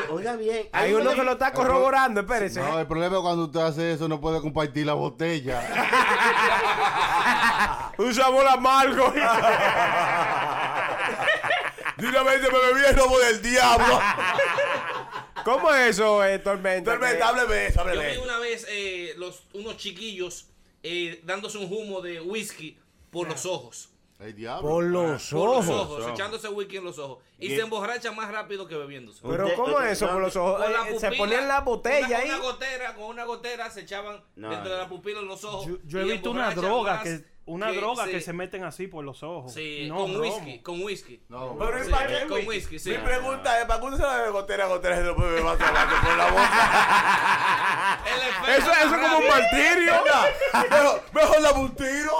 G: O- Oiga bien.
H: hay uno que lo está corroborando, espérese.
E: No, el problema es cuando usted hace eso, no puede compartir la botella.
H: Un sabor amargo.
J: De una vez se me bebí el robo del diablo.
H: ¿Cómo es eso, eh, Tormenta?
J: Tormenta, hábleme de eso, hábleme
S: Yo
J: de
S: vi
J: eso.
S: una vez eh, los, unos chiquillos eh, dándose un humo de whisky por los ojos.
E: Ay, diablo.
H: Por los
S: Por
H: ojos.
S: los ojos, echándose whisky en los ojos. Y
H: Bien.
S: se emborracha más rápido que bebiéndose.
H: Pero ¿cómo es eso por los ojos?
S: Con la
H: Eh, se
S: pupila,
H: ponían la botella
S: una-
H: ahí.
S: Una gotera, con una gotera se echaban
I: No,
S: dentro de la pupila en los ojos.
I: Yo, yo he
S: y
I: visto una
S: emborracha
I: droga
S: más
I: que una droga que se meten así por los ojos.
S: Sí,
I: No,
S: con
I: romo.
S: whisky, con whisky.
J: Pero ¿y
S: Sí,
J: para qué,
S: con
J: güey?
S: whisky, sí.
J: Mi pregunta es, ¿para qué usted se la bebe gotera, gotera, se lo puede beber más adelante por la boca?
S: [LAUGHS]
J: eso, eso es como un martirio. mejor, mejor la un tiro.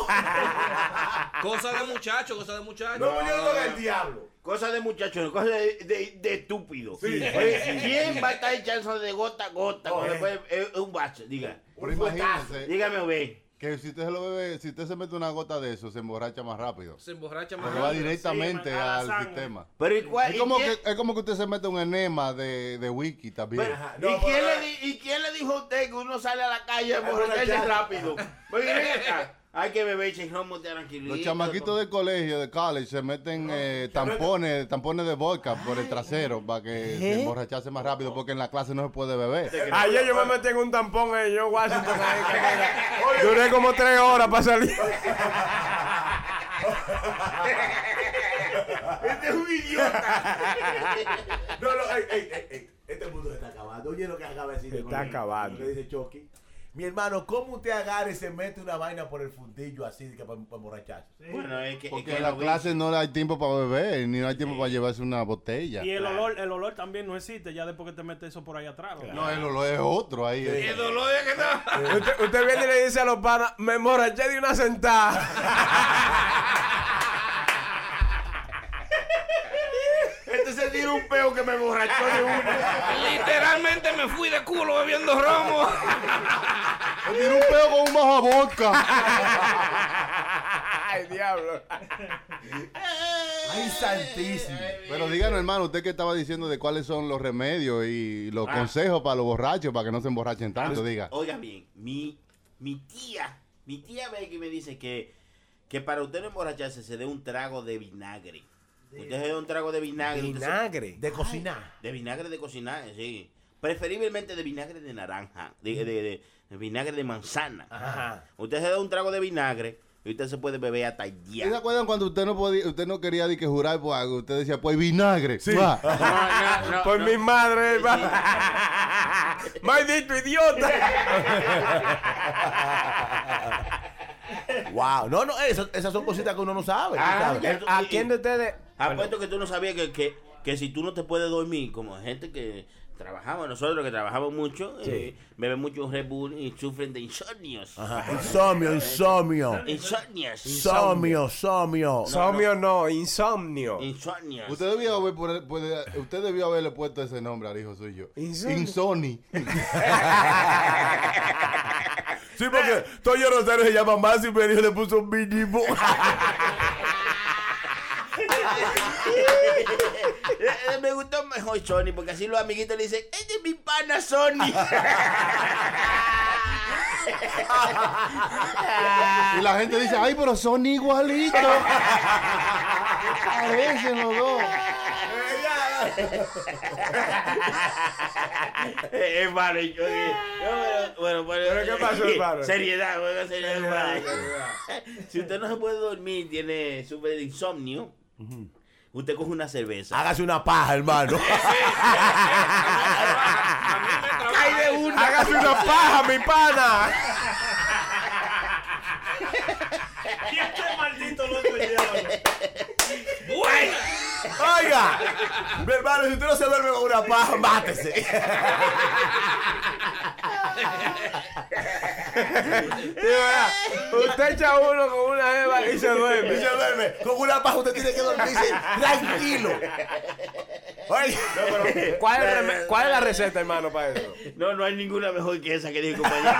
S: Cosa de muchacho, cosa de muchacho. Ah.
J: No, pues yo no el diablo.
G: Cosa de muchachos, cosa de, de- de estúpido.
E: [LAUGHS]
J: Sí.
G: Oye, ¿Quién va a estar echando de gota a gota?
E: No,
G: Cuando
E: eh.
G: puede- es un bache, diga.
E: Pero
G: Un
E: imagínense.
G: fuetazo. Dígame, Obey.
E: Que si usted se lo bebe, si usted se mete una gota de eso, se emborracha más rápido.
S: Se emborracha más
E: Porque va
S: rápido.
E: directamente
S: Sí, man, a la
E: al
S: sangre.
E: sistema.
G: Pero ¿y cuál-
E: es,
G: y
E: como
G: quién-
E: que, eh, es como que usted se mete un enema de, de wiki también.
G: ¿Y, quién le, di- y quién le dijo a usted que uno sale a la
E: Ah,
G: calle a emborracharse
E: borrachar.
G: rápido? Porque ven acá, hay que beber chirromo de tranquilito.
E: Los chamaquitos de colegio, de college, se meten eh, tampones, tampones de vodka por el trasero para que se emborrachase más rápido porque en la clase no se puede beber.
H: Ayer yo me metí en un tampón en yo Washington. ahí, que- Duré como tres horas para salir.
J: Este es un idiota. no, no, ey, ey, ey, ey, este mundo se está acabando. Oye lo que acaba de decir.
H: Se está
J: Lo que-
H: acabando.
J: Lo que dice Chucky. Mi hermano, ¿cómo usted agarra y se mete una vaina por el fundillo así que para emborracharse?
G: Bueno, es que, es
E: Porque
G: que
E: en la
G: lo
E: clase no hay tiempo para beber, ni hay tiempo para llevarse una botella.
I: Y el olor, el olor también no existe ya después que te metes eso por ahí atrás. ¿no?
E: No, el olor es otro ahí. eh.
I: El
S: dolor es que
H: Usted, usted viene y le dice a los panas, me emborraché de una sentada.
G: Este se tira un peo que me borrachó de una.
S: Literalmente me fui de culo bebiendo romo.
E: Me tiró un pedo con un bajo a vodka.
H: Ay, diablo.
J: Ay, santísimo.
E: Pero díganos, hermano, usted que estaba diciendo de cuáles son los remedios y los
G: Ah. Pues,
E: consejos para los borrachos para que no se emborrachen tanto, diga.
G: Oiga bien, mi, mi tía, mi tía Becky me dice que, que para usted no emborracharse se dé un trago de vinagre. Usted se dé un trago de vinagre. usted se-
J: De cocinar.
G: De vinagre de cocinar, sí. Preferiblemente de vinagre de naranja, de, de- de- de vinagre de manzana.
J: Ajá.
G: Usted se da un trago de vinagre y usted se puede beber hasta el
E: ¿Sí se
G: [LAUGHS] día.
E: acuerdan cuando usted no podía, usted no quería ni que jurar por algo? Usted decía, pues vinagre.
G: [LAUGHS]
E: va.
G: No, no, no,
H: Por
G: no.
H: mi madre, maldito idiota.
J: Wow. No, no, esas, esas son cositas que uno no sabe.
G: Ah,
J: ¿no sabe?
G: ya.
J: Eso-
H: ¿A quién de ustedes?
G: Apuesto que tú no sabías que, que, que si tú no te puedes dormir, como gente que trabajamos, nosotros que trabajamos mucho,
J: Sí.
G: eh, beben mucho Red Bull y sufren de insomnios.
J: Ajá. Insomnio, insomnio.
G: Insomnios.
J: Insomnio, somio.
H: Somnio no, insomnio.
G: Insomnios.
E: Usted debió, haber por- por- usted debió haberle puesto ese nombre al hijo suyo. Insoni.
J: Sí, porque Toño Rosario se llama más y Perio le puso un mínimo.
G: [LAUGHS] Eh, Me gustó mejor Sony porque así los amiguitos le dicen, este es mi pana Sony.
E: Y la gente dice, ay, pero son [LAUGHS] igualitos. Parecen los dos.
G: [LAUGHS] Eh, Hermano, yo dije, no, bueno, bueno, bueno,
H: ¿Pero qué
G: [LAUGHS]
H: pasó, hermano?
G: Seriedad, bueno, seriedad,
H: Seriedad,
G: hermano. [LAUGHS] Si usted no se puede dormir, tiene súper insomnio, usted coge una cerveza.
J: Hágase una paja, hermano.
G: Cae de una.
J: Hágase una paja, mi pana.
I: Y este maldito loco lleva.
J: Oiga, mi hermano, si usted no se duerme con una paja, mátese.
H: Sí, ¿verdad? Usted echa uno con una jeva y se duerme.
J: Y se duerme. Con una paja usted tiene que dormirse tranquilo. Oye,
H: ¿Cuál es, la reme- cuál es la receta, hermano, para eso?
G: No, no hay ninguna mejor que esa que dije,
J: [LAUGHS]
G: compañero.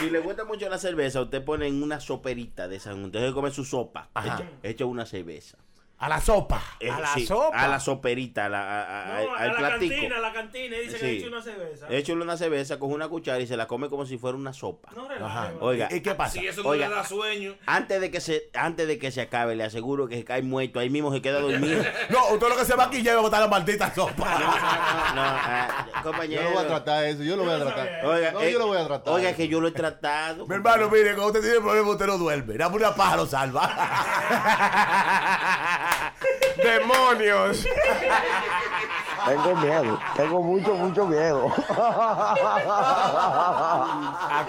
G: Si le gusta mucho la cerveza, usted pone en una soperita de esa. Usted se come su sopa.
J: Ajá.
G: Echa, echa una cerveza.
J: A la sopa.
G: Eh,
J: A la
G: sí,
J: sopa.
G: A la soperita, a la- a- a-
I: No,
G: al
I: a la
G: platico.
I: cantina, a la cantina. Dice que
G: Sí.
I: le eche una cerveza.
G: Échale una cerveza, coge una cuchara y se la come como si fuera una sopa.
I: No, relaja, hermano.
G: Oiga,
J: ¿Y qué pasa?
S: Si eso no
G: Oiga.
S: le da sueño.
G: antes de que se antes de que se acabe, le aseguro que se cae muerto, ahí mismo se queda dormido.
J: No, usted lo que se va aquí ya va a botar la maldita sopa.
G: No, ah,
E: Yo
G: compañero.
E: no voy a tratar eso, yo lo voy a tratar.
G: Oiga,
E: no,
G: eh,
E: yo lo voy a tratar.
G: Oiga, que yo lo he tratado.
J: Mi hermano, mire, cuando usted tiene problemas, usted no duerme. Dame una paja, lo salva.
H: [LAUGHS] ¡Demonios!
B: Tengo miedo, tengo mucho, mucho miedo.
H: ¿A, a,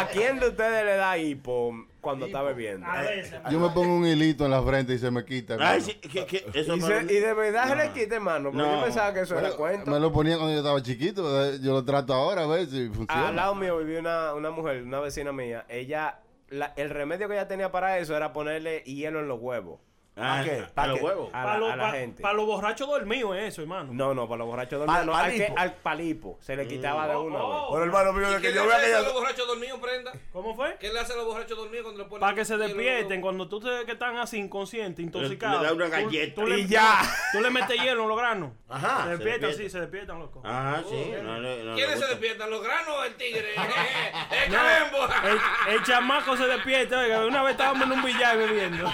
H: a quién de ustedes le da hipo cuando está bebiendo?
G: eh,
E: Yo me pongo un hilito en la frente y se me quita.
G: Ay,
E: hermano.
G: sí, que- que eso
H: Y,
G: no-
H: se- y de verdad se le quita, hermano. Porque
G: No.
H: yo pensaba que eso era cuento.
E: Me lo ponía cuando yo estaba chiquito. eh, Yo lo trato ahora a ver si funciona.
H: Al lado mío vivía una, una mujer, una vecina mía. Ella, la- el remedio que ella tenía para eso era ponerle hielo en los huevos.
G: Ah,
J: ¿Para qué?
G: ¿Para
J: ¿Para
G: los
J: qué?
G: huevos?
H: A la,
I: Para los
H: a la gente.
I: borrachos dormidos es eso, hermano.
H: No, no, para los borrachos dormidos.
J: Pal-
H: no, al, que-
J: palipo.
H: al palipo. Se le quitaba de
S: Oh,
H: una vez.
J: Bueno, hermano mío, de
S: ¿Qué
J: que
S: le
J: yo vea que
S: hace a los
J: ella.
S: borrachos dormidos, oh, prenda?
I: Oh. ¿Cómo fue?
S: ¿Qué le hace a los borrachos dormidos cuando le ponen
I: Para que se
S: hielo en los
I: despierten
S: huevos?
I: cuando tú te ves que están así inconscientes, intoxicados.
G: le da una
I: tú-
G: galleta.
I: tú le-
G: Y ya.
I: Tú le metes hielo en los granos.
G: Ajá,
I: Se
G: se
I: despiertan,
G: despierta.
I: sí, se despiertan, loco.
G: Ah, sí. No, no,
S: ¿Quiénes
G: no, no
S: se
G: gusta.
S: despiertan? ¿Los granos o el tigre? ¡Es
I: No,
S: Calembo!
I: el, el chamaco se despierta, oiga, una vez estábamos en un billar bebiendo.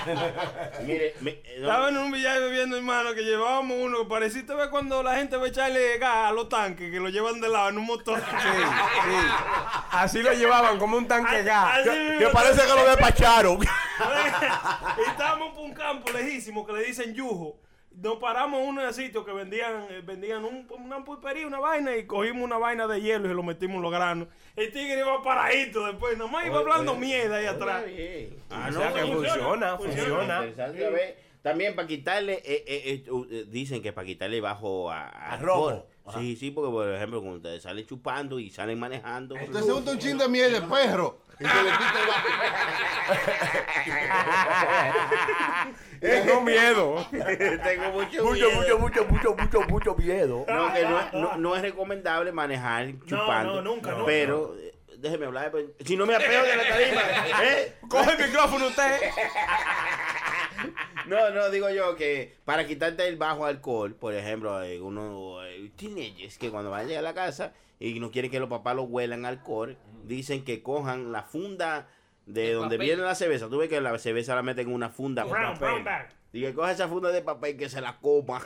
G: Mire, mi- eh, no.
I: Estábamos en un billar bebiendo, hermano, que llevábamos uno que parecía te ves cuando la gente va a echarle gas a los tanques, que lo llevan de lado en un motor. [LAUGHS]
H: Sí, sí. Así lo llevaban como un tanque gas.
I: Así
J: Que
I: mismo.
J: parece que lo despacharon.
I: [LAUGHS] Y estábamos por un campo lejísimo que le dicen yujo. Nos paramos en un sitio que vendían, eh, vendían un- una pulpería, una vaina, y cogimos una vaina de hielo y se lo metimos en los granos. El tigre iba paradito después, nomás iba hablando mierda ahí atrás.
G: Ah,
H: O
G: no,
H: sea que funciona,
G: Funciona.
H: funciona.
G: Interesante, a ver. También para quitarle, eh, eh, eh, u- eh, dicen que para quitarle bajo a, a
J: A robo.
G: alcohol. Sí, sí, porque por ejemplo, cuando ustedes salen chupando y salen manejando.
E: Usted
G: [LAUGHS]
E: se unta un chin de miel de perro y se le quita el
H: Tengo miedo.
G: Tengo mucho,
J: Mucho,
G: miedo.
J: mucho, mucho, mucho, mucho, mucho
S: [LAUGHS]
J: miedo.
G: No, que no, es- no- no es recomendable manejar chupando.
I: no, nunca, nunca.
G: Pero, eh, déjeme hablar. pero- si no me apeo de
H: [LAUGHS]
G: la tarima, ¿eh?
H: Coge el micrófono usted.
G: [LAUGHS] No, no, digo yo que para quitarte el bajo alcohol, por ejemplo, eh, uno eh, teenagers que cuando van a llegar a la casa y no quieren que los papás los huelan alcohol, dicen que cojan la funda de
S: El
G: donde
S: papel.
G: viene la cerveza. Tú ves que la cerveza la meten en una funda.
I: Brown, brown bag.
G: Y que coja esa funda de papel y que se la
I: [LAUGHS]
G: coma.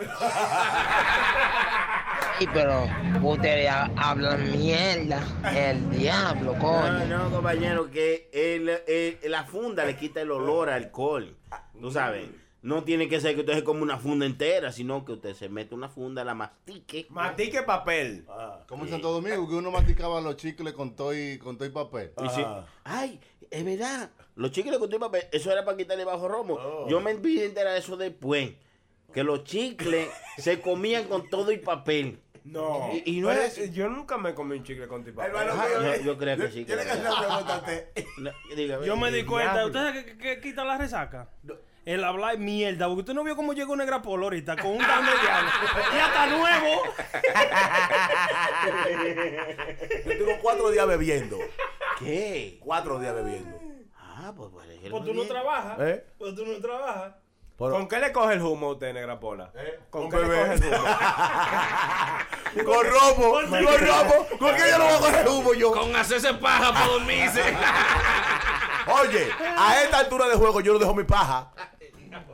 T: Sí, pero ustedes ha- hablan mierda. El diablo,
G: No,
T: coño.
G: no, compañero, que el, el- la funda le quita el olor a alcohol. Tú sabes. No tiene que ser que usted se come una funda entera, sino que usted se mete una funda, la mastique.
H: Matique papel.
J: Ah,
E: Como en Santo Domingo, que uno masticaba los chicles con todo y, con todo y papel.
G: Y sí,
J: Ah,
G: ay, es verdad. Los chicles con tu papel, eso era para quitarle bajo romo. Yo me envié enterar eso después. Que los chicles se comían con todo y papel.
H: No.
G: Y- y no
H: Pero
G: es-
H: es- eh, Yo nunca me comí un chicle con tu papel.
J: Hermano
G: Ajá,
J: mío,
G: Ah, yo-
J: eh,
G: yo creo que sí,
J: Yo le
G: creo que
J: hice una pregunta eh. a usted.
G: No, dígame.
I: Yo me di
H: El
I: cuenta,
H: diablo.
I: ¿ustedes qué, qué- qué quita la resaca? El hablar mierda, porque usted no vio cómo llegó Negra Polo ahorita con un tan de diablo. ¡Ya está nuevo!
J: Yo tengo cuatro días bebiendo.
G: ¿Qué?
J: Cuatro días bebiendo.
G: Ah, pues parece que
I: Pues
G: lo
I: tú no
G: vi.
I: trabajas.
J: ¿Eh?
I: Pues tú no trabajas.
H: ¿Con qué le coge el humo a usted, negra pola?
S: Eh,
H: ¿Con,
J: Con
H: qué le
J: bebé.
H: coge el
S: [LAUGHS]
H: humo?
J: Con robo, con robo. ¿Con qué yo no voy a coger humo yo?
S: Con hacerse paja para dormirse.
J: Oye, a esta altura de juego yo no dejo mi paja.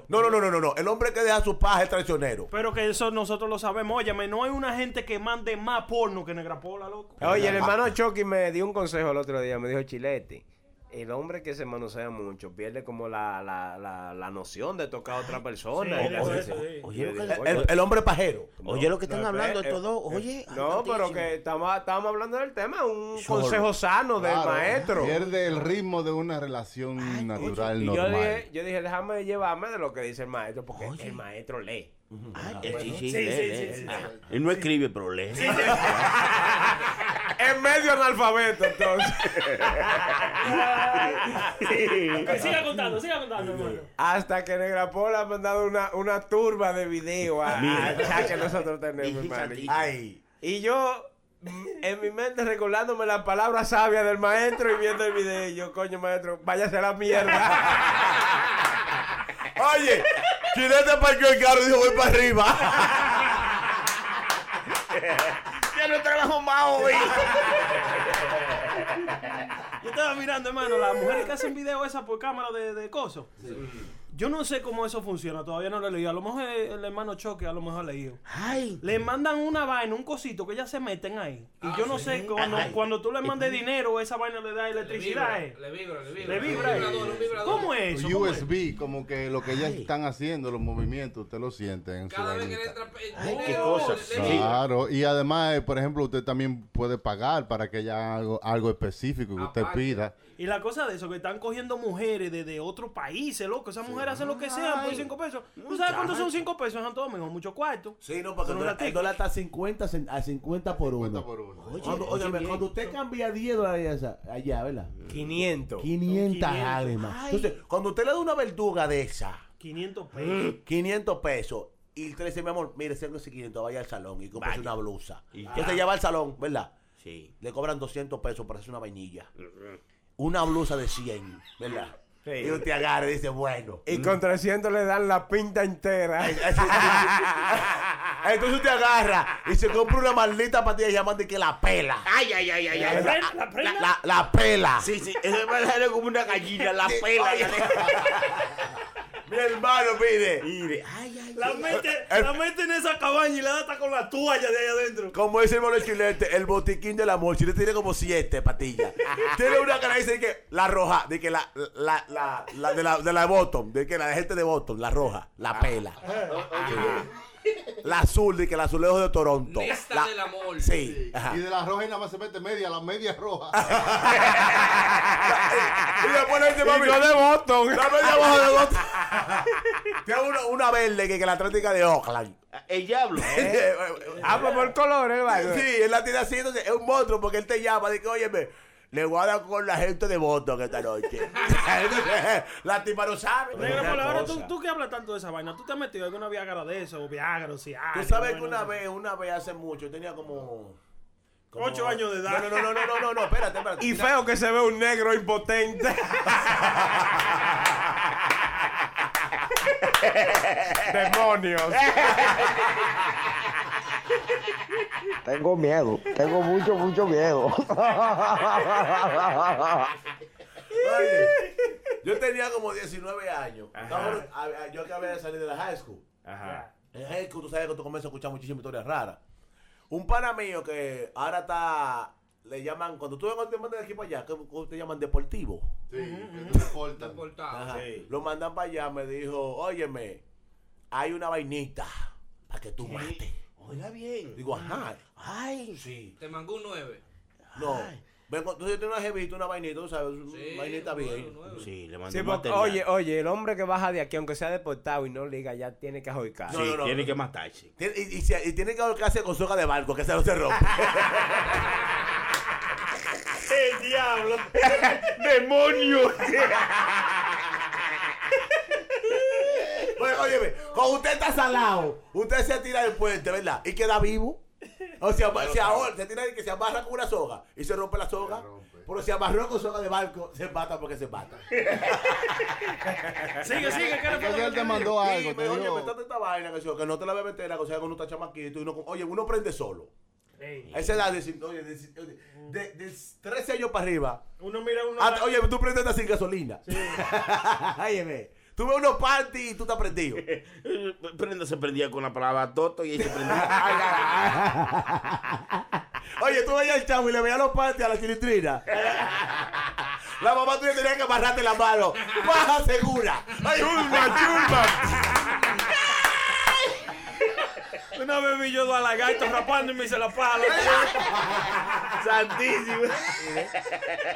J: No, no, no, no, no, no. El hombre que deja su paja es traicionero.
I: Pero que eso nosotros lo sabemos. Óyeme, no hay una gente que mande más porno que Negra Pola, loco.
H: Oye, el hermano Chucky me dio un consejo el otro día. Me dijo, Chilete, el hombre que se manosea mucho pierde como la, la, la, la noción de tocar a otra persona.
J: Sí,
H: Y
J: eso,
H: le-
J: eso, sí.
H: Oye,
J: El-
H: oye,
J: el- el hombre pajero.
H: No,
G: Oye, lo que están
H: no,
G: hablando
H: eh,
G: estos dos,
H: eh,
G: oye,
H: No, pero
G: tantísimo.
H: que estamos, estamos hablando del tema. Un
E: Sure.
H: consejo sano del
E: Claro,
H: maestro.
E: Pierde el ritmo de una relación natural
H: Y yo
E: normal.
H: dije, yo dije, déjame llevarme de lo que dice el maestro, porque el maestro lee.
G: Ah,
H: bueno.
G: sí, sí, lee, lee. Ah, Él no escribe, pero lee. [LAUGHS]
H: Es medio analfabeto, entonces.
I: siga contando, siga contando, hermano.
H: Hasta que Negra Pola ha mandado una, una turba de video a,
G: Mira.
H: al chat que nosotros tenemos, hermano.
J: Ay.
H: Y yo, mm, en mi mente, recordándome la palabra sabia del maestro y viendo el video. y Yo, coño, maestro, váyase a la mierda.
J: [LAUGHS] Oye, Chilete parqueó el carro y dijo, voy para arriba.
D: Ya no trabajo más hoy.
I: Yo estaba mirando, hermano, las mujeres que hacen video esas por cámara de, de cosas. Yo no sé cómo eso funciona, todavía no lo he leído. A lo mejor el hermano Choque a lo mejor ha leído. Le mandan una vaina, un cosito que ellas se meten ahí. Y yo no sé, cuando,
S: Ah, Ay.
I: cuando tú le mandes dinero, esa vaina le da electricidad. eh.
S: Le vibra, le vibra.
I: Le vibra, eh. ¿Cómo es eso? ¿Cómo es?
E: USB, como que lo que ya están haciendo, los movimientos, usted lo siente en su vainita.
G: qué cosa.
E: Claro, y además, eh, por ejemplo, usted también puede pagar para que haya algo, algo específico que usted pida.
I: Y la cosa de eso, que están cogiendo mujeres de, de otros países, loco. Esas mujeres hacen lo que sea por
J: Ay.
I: 5 pesos. ¿Tú sabes cuántos son 5 pesos en Santo Domingo? Mucho cuarto.
J: [LAUGHS] Sí, no, porque el dólar, el dólar está a 50, cen- a 50 por uno. cuando,
I: oye,
J: óyeme,
I: bien.
J: cuando usted cambia 10 dólares allá, allá, ¿verdad?
H: 500.
J: 500 lágrimas.
I: Ay.
J: Entonces, cuando usted le da una verduga de esa,
S: [LAUGHS]
I: 500 pesos.
J: 500 pesos, y usted le dice, mi amor, mire, siempre ese 500, vaya al salón y compre
G: Vaya.
J: una blusa.
G: Y ya.
J: Entonces ya va al salón, ¿verdad?
G: Sí.
J: Le cobran 200 pesos para hacer una vainilla. Una blusa de 100, ¿verdad?
H: Sí.
J: Y usted agarra y dice, bueno.
H: Y con 300 le dan la pinta
J: [LAUGHS]
H: entera.
J: Entonces usted agarra y se compra una maldita patilla llamante que la pela.
G: Ay, ay, ay, ay, ay.
J: La- La, la pela.
G: Sí, sí, eso me sale como una gallina, la pela.
J: Mi hermano, mire.
I: La mete, la mete en esa cabaña y la da hasta con la toalla de ahí adentro.
J: Como dice el hermano Chilete, el botiquín del amor. Chilete tiene como siete [LAUGHS] patillas. tiene una que le dice que la roja, de que la, la, la, la- de la, de la bottom, de que la gente de bottom, la roja, la pela. La azul, de que la azulejo de Toronto.
S: Nesta
J: La-
S: del amor.
J: Sí.
H: Ah.
J: ajá.
E: Y de la roja y nada más se mete media, la media roja.
J: [LAUGHS] Y después le dice, mami,
H: yo de Boston.
J: La media roja de [LAUGHS] Boston. Tiene una, una verde que, que la Atlética de Oakland.
G: El diablo.
J: ¿eh?
H: Ah, pues por colores, vaya.
J: Sí, él la tiene así, entonces es un monstruo porque él te llama, dice, óyeme, le voy a dar con la gente de Boston esta
H: [LAUGHS]
J: noche. la tipa no sabe.
I: Negra, por ahora tú, tú que hablas tanto de esa vaina, tú te has metido en una Viagra de eso, o Viagra, o Ciagra.
J: Tú sabes que una vez, una vez hace mucho, yo tenía como... como-
I: Ocho años de edad.
J: No, no, no, no, no, no, no, espérate, espérate.
H: Y feo que se ve un negro
I: [LAUGHS]
H: impotente. Demonios.
I: Eh,
R: Tengo miedo, tengo mucho, mucho miedo.
J: Oye,
S: [LAUGHS]
J: yo tenía como 19 años. Estaba- a- a- yo acabé de salir de la high school.
H: Ajá.
J: En high school, tú sabes que tú comienzas a escuchar muchísimas historias raras. Un pana mío que ahora está... Le llaman, cuando tú te mandan de aquí para allá, que te llaman deportivo.
S: Ah,
J: Ajá. Lo mandan para allá, me dijo, óyeme, hay una vainita para que tú mates.
G: Oiga bien.
J: Digo, ajá. Ay. Sí.
S: Te mangó un 9.
J: No. Vengo, tú tienes una jevita, una vainita, tú sabes, una
S: Sí,
J: vainita
S: bueno,
J: bien.
S: nueve.
G: Sí, le mandó
H: Sí, porque,
G: material.
H: oye, oye, el hombre que baja de aquí, aunque sea deportado y no liga, ya tiene que ajoicar.
J: No, no, no.
G: Tiene que matarse.
J: Tiene- Y, y se- y tiene que ahorcarse con soga de barco, que se no se [LAUGHS] rompe.
D: El
J: [LAUGHS]
D: diablo. Demonio.
J: Oye, óyeme, cuando usted está salado, usted se tira del puente, ¿verdad? Y queda vivo. O sea, se, ahor- se tira y que se amarra con una soga y se rompe la soga. Pero si amarró con soga de barco, se mata porque se mata.
I: Sigue, sigue, ¿qué le fue lo que
E: él te mandó
J: Sí,
E: algo,
J: me
E: te
J: dijo,
E: dijo.
J: oye, métate esta vaina, que, si- que no te la bebes entera, que o sea, cuando uno está chamaquito y uno, oye, uno prende solo. A esa edad, de, cin- oye, de, cin- oye,
I: Mm.
J: de- de 13 años para arriba.
I: Uno mira uno.
J: Ah, oye, tú prendes hasta sin gasolina. [LAUGHS] Óyeme, tú ves unos party y tú te has prendido.
G: Eh, Prenda se prendía con la palabra Toto y ahí se prendía.
J: Oye, tú veías el chavo y le veías los party a
I: [LAUGHS]
J: la chilitrina. La mamá tuya tenía que amarrarte la mano. Baja segura. ¡Ay, chulma, chulma!
I: Una vez vi yo dos alagaitos rapando y me hice la pala.
J: Santísimo.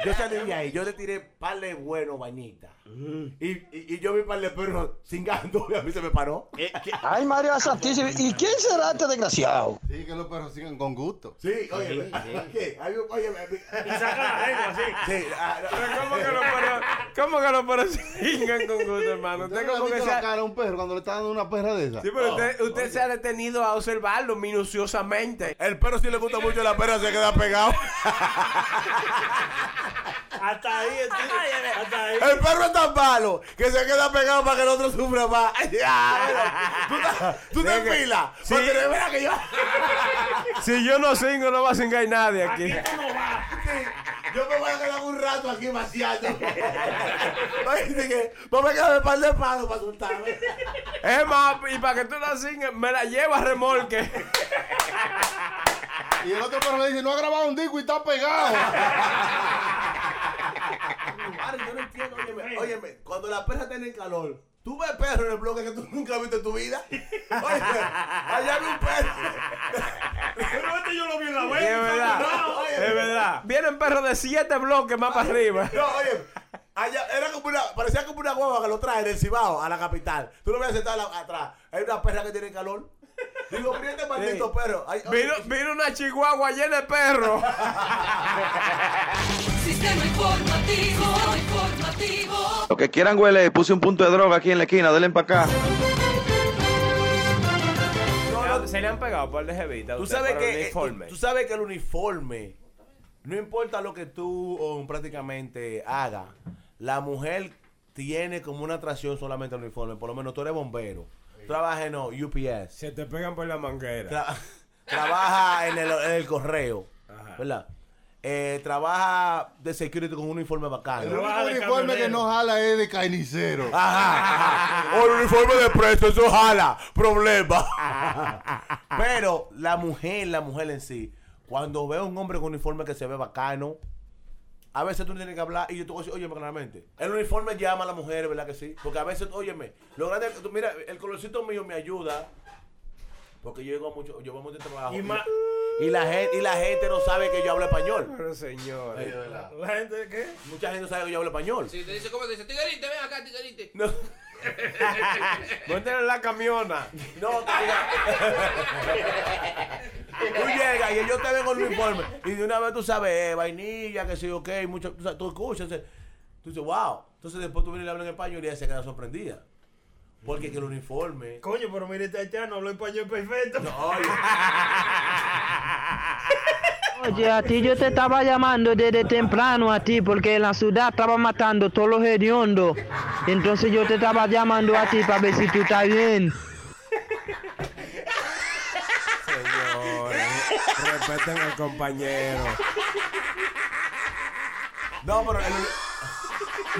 J: Yo salí de ahí, yo le tiré par de bueno, vainita.
I: Mm.
J: Y, y, y yo vi par de perros cingando y a mí se me paró.
G: Eh,
K: Ay, María Santísima. ¿Y quién será este desgraciado?
E: Sí, que los perros sigan con gusto.
J: Sí, oye, ¿qué? Hay un- Oye,
I: Y saca la lengua así.
J: Sí, ah,
I: Pero ¿cómo que no pero, ¿Cómo que no pero sigan con gusto, hermano?
E: ¿Usted
H: Usted
E: no le ha
H: como que
E: visto
H: se
E: la
H: ha-
E: cara a un perro cuando le está dando una perra de esa?
H: Sí, pues. pero usted, usted se ha detenido a observarlo minuciosamente.
J: El perro sí le gusta mucho la perra, se queda pegado.
I: Hasta ahí, estoy- hasta ahí.
J: El perro es tan malo que se queda pegado para que el otro sufra más. Ay, ay, ay. Tú te, tú te enfilas.
H: Sí.
J: Porque de verdad que yo.
H: Si yo no cingo, no va a cingar nadie aquí.
J: Yo me voy a quedar un rato aquí vaciando. Dice que vamos a quedarme par de palos para soltarme.
H: Es más, y para que tú la cingas, me la llevo a remolque.
E: Y el otro perro le dice, no ha grabado un disco y está
H: [LAUGHS]
E: pegado.
J: Ahora, yo no entiendo, óyeme, óyeme, cuando la perra tiene calor, tú ves perro en el bloque que tú nunca has visto en tu vida. Óyeme, allá vi un perro.
I: Pero este yo lo vi en la
H: Sí, es verdad. Es verdad. Vienen perros de siete bloques más para arriba.
J: No, oye, allá era como una, parecía como una guava que lo trae del Cibao a la capital. Tú lo ves sentado a- atrás. Hay una perra que tiene calor. Digo, mira este maldito perro. Ay, oye,
H: Vino, vino una chihuahua llena de perros.
U: Sistema informativo, informativo.
V: Lo que quieran huele, puse un punto de droga aquí en la esquina, denle para acá.
H: Se le han pegado por de jevita.
J: tú
H: usted,
J: sabes
H: por el
J: que
H: uniforme.
J: eh, tú sabes que el uniforme no importa lo que tú o, prácticamente hagas. La mujer tiene como una atracción solamente al uniforme, por lo menos tú eres bombero. Trabaja en oh, UPS.
H: Se te pegan por la manguera.
J: Tra- [LAUGHS] trabaja en el, en el correo, ¿verdad? Eh, trabaja de security con un uniforme bacano.
E: El único uniforme que no jala es de carnicero.
J: Ajá, ajá. O el uniforme de preso, eso jala. Problema. Pero la mujer, la mujer en sí, cuando ve a un hombre con uniforme que se ve bacano, a veces tú tienes que hablar y yo te voy a decir, óyeme claramente. El uniforme llama a la mujer, ¿verdad que sí? Porque a veces, óyeme, lo grande es que tú- mira, el colorcito mío me ayuda. Porque yo llego a mucho, yo voy mucho trabajo.
I: Y ma-
J: y la gente, y la gente no sabe que yo hablo español.
H: Pero señor.
J: Eh, ¿verdad?
I: ¿La gente de qué?
J: Mucha gente no sabe que yo hablo español.
S: Si te dice, ¿cómo te dice? Tigarite, ven acá, tigarite.
J: No.
S: [LAUGHS]
H: Ponte en la camiona.
J: No, Tú llegas y ellos te ven con el uniforme. Y de una vez tú sabes, eh, vainilla, que sí, ok, mucho, tú, sabes, tú escuchas. eh, Tú dices, wow. Entonces después tú vienes y le hablas en español y ella se queda sorprendida. Porque que el uniforme.
I: Coño, pero mire este haitiano, habló español perfecto.
W: Oye, a ti yo te estaba llamando desde temprano a ti porque en la ciudad estaba matando todos los hediondos. Entonces yo te estaba llamando a ti para ver si tú estás bien.
H: Respeten al compañero.
J: No, pero el,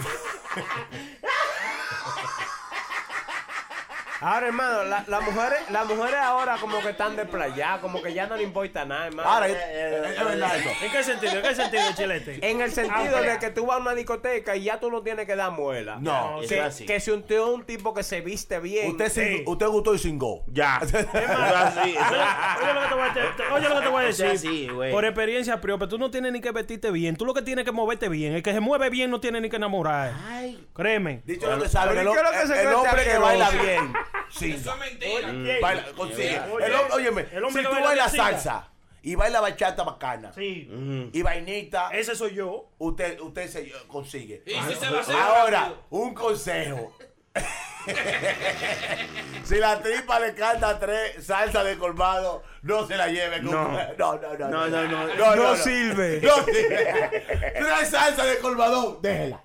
H: Ahora, hermano, la- las mujeres las mujeres ahora como que están desplayadas, como que ya no le importa nada, hermano.
I: Ahora, es- es- es verdad eso. ¿En qué sentido? ¿En qué sentido, Chilete?
H: En el sentido
I: Ah,
H: de que tú vas a una discoteca y ya tú no tienes que dar muela.
J: No,
H: que,
J: eso es así.
H: que si un, tío- un tipo que se viste bien.
J: usted, sin-
H: Sí.
J: usted gustó y cingó. [LAUGHS] Ya.
I: Oye lo que te voy a decir- oye lo que te voy a
G: Eso
I: decir.
G: es así, güey.
I: Por experiencia propia, tú no tienes ni que vestirte bien. Tú lo que tienes que moverte bien. El que se mueve bien no tiene ni que enamorar. Créeme.
J: Dicho lo que sabe, el,
I: Pero ¿y qué es lo que
J: el-
I: se
J: el
I: cree
J: hombre que
I: asqueroso?
J: baila
I: [LAUGHS]
J: bien. Sí.
I: Oye,
J: Baila, consigue.
I: Oye,
J: el hombre, óyeme,
I: el hombre
J: si
I: que
J: tú
I: baila
J: bailas
I: bien, siga.
J: salsa y baila bachata bacana
I: Sí.
J: y vainita,
I: ese soy yo.
J: Usted, usted se eh, consigue.
I: si se va a hacer
J: Ahora, un consejo. [LAUGHS] Si la tripa le canta tres salsa de colmado, no se la lleve. No, no, no. No,
G: No, no, no.
D: No sirve.
J: No sirve. Tres salsa de colmado, déjela.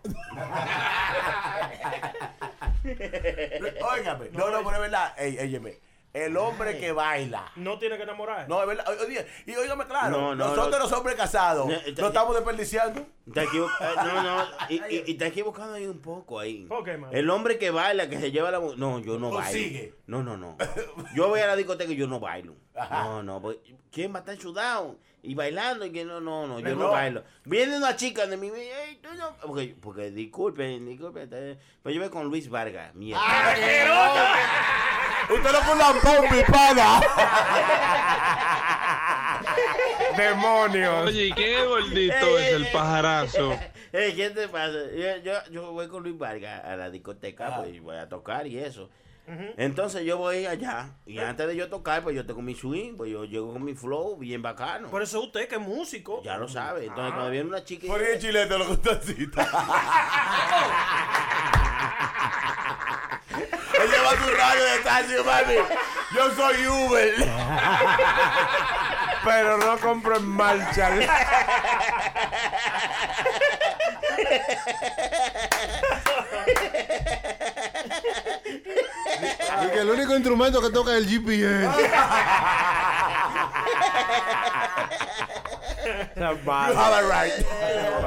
J: Óigame, no, no, pero es verdad. Ey, óyeme, el hombre que baila.
I: No tiene que enamorar.
J: No, es verdad. o- oye, y óigame claro,
G: No, no,
J: nosotros
G: no.
J: los hombres casados,
G: No,
J: no,
G: está-
J: estamos desperdiciando.
G: Está equivoca- eh, No, no, y, y- y está equivocado ahí un poco ahí.
J: ¿Por qué, mano?
G: El hombre que baila, que se lleva la... mu- No, yo no
J: Consigue.
G: bailo. No, no,
C: [LAUGHS]
G: no. Yo voy a la discoteca y yo no bailo. No, no, pues, ¿quién va a estar sudado? Y bailando, y que no, no, no, yo
J: Pero
G: no,
J: no.
G: bailo. Viene una chica de mí, "Ey, tú no-". Porque, porque disculpen, disculpen. eh, Pero yo voy con Luis Vargas, mierda.
C: Ah,
J: Usted no fue un lampón, mi pana.
C: ¡Demonios! Oye, ¿y qué gordito
G: Ey,
C: es
G: ey,
C: el
J: Eh.
G: ey.
C: pajarazo?
G: [LAUGHS] Ey, ¿Qué te pasa? Yo, yo- yo voy con Luis Vargas a la
I: Ah.
G: discoteca, pues, y voy a tocar y eso. Entonces yo voy allá y antes de yo tocar, pues yo tengo mi swing, pues yo llego con mi flow bien bacano.
I: Por eso usted que es músico.
G: Ya lo sabe. Entonces
I: Ah.
G: cuando viene una chica...
J: Por ahí el chilete
D: [LAUGHS]
J: lo gustoncita. Él lleva tu radio de taxi, mami. Yo soy Uber.
D: Pero no compro en marcha.
E: Y que el único instrumento que toca es
H: [LAUGHS]
E: el GPS.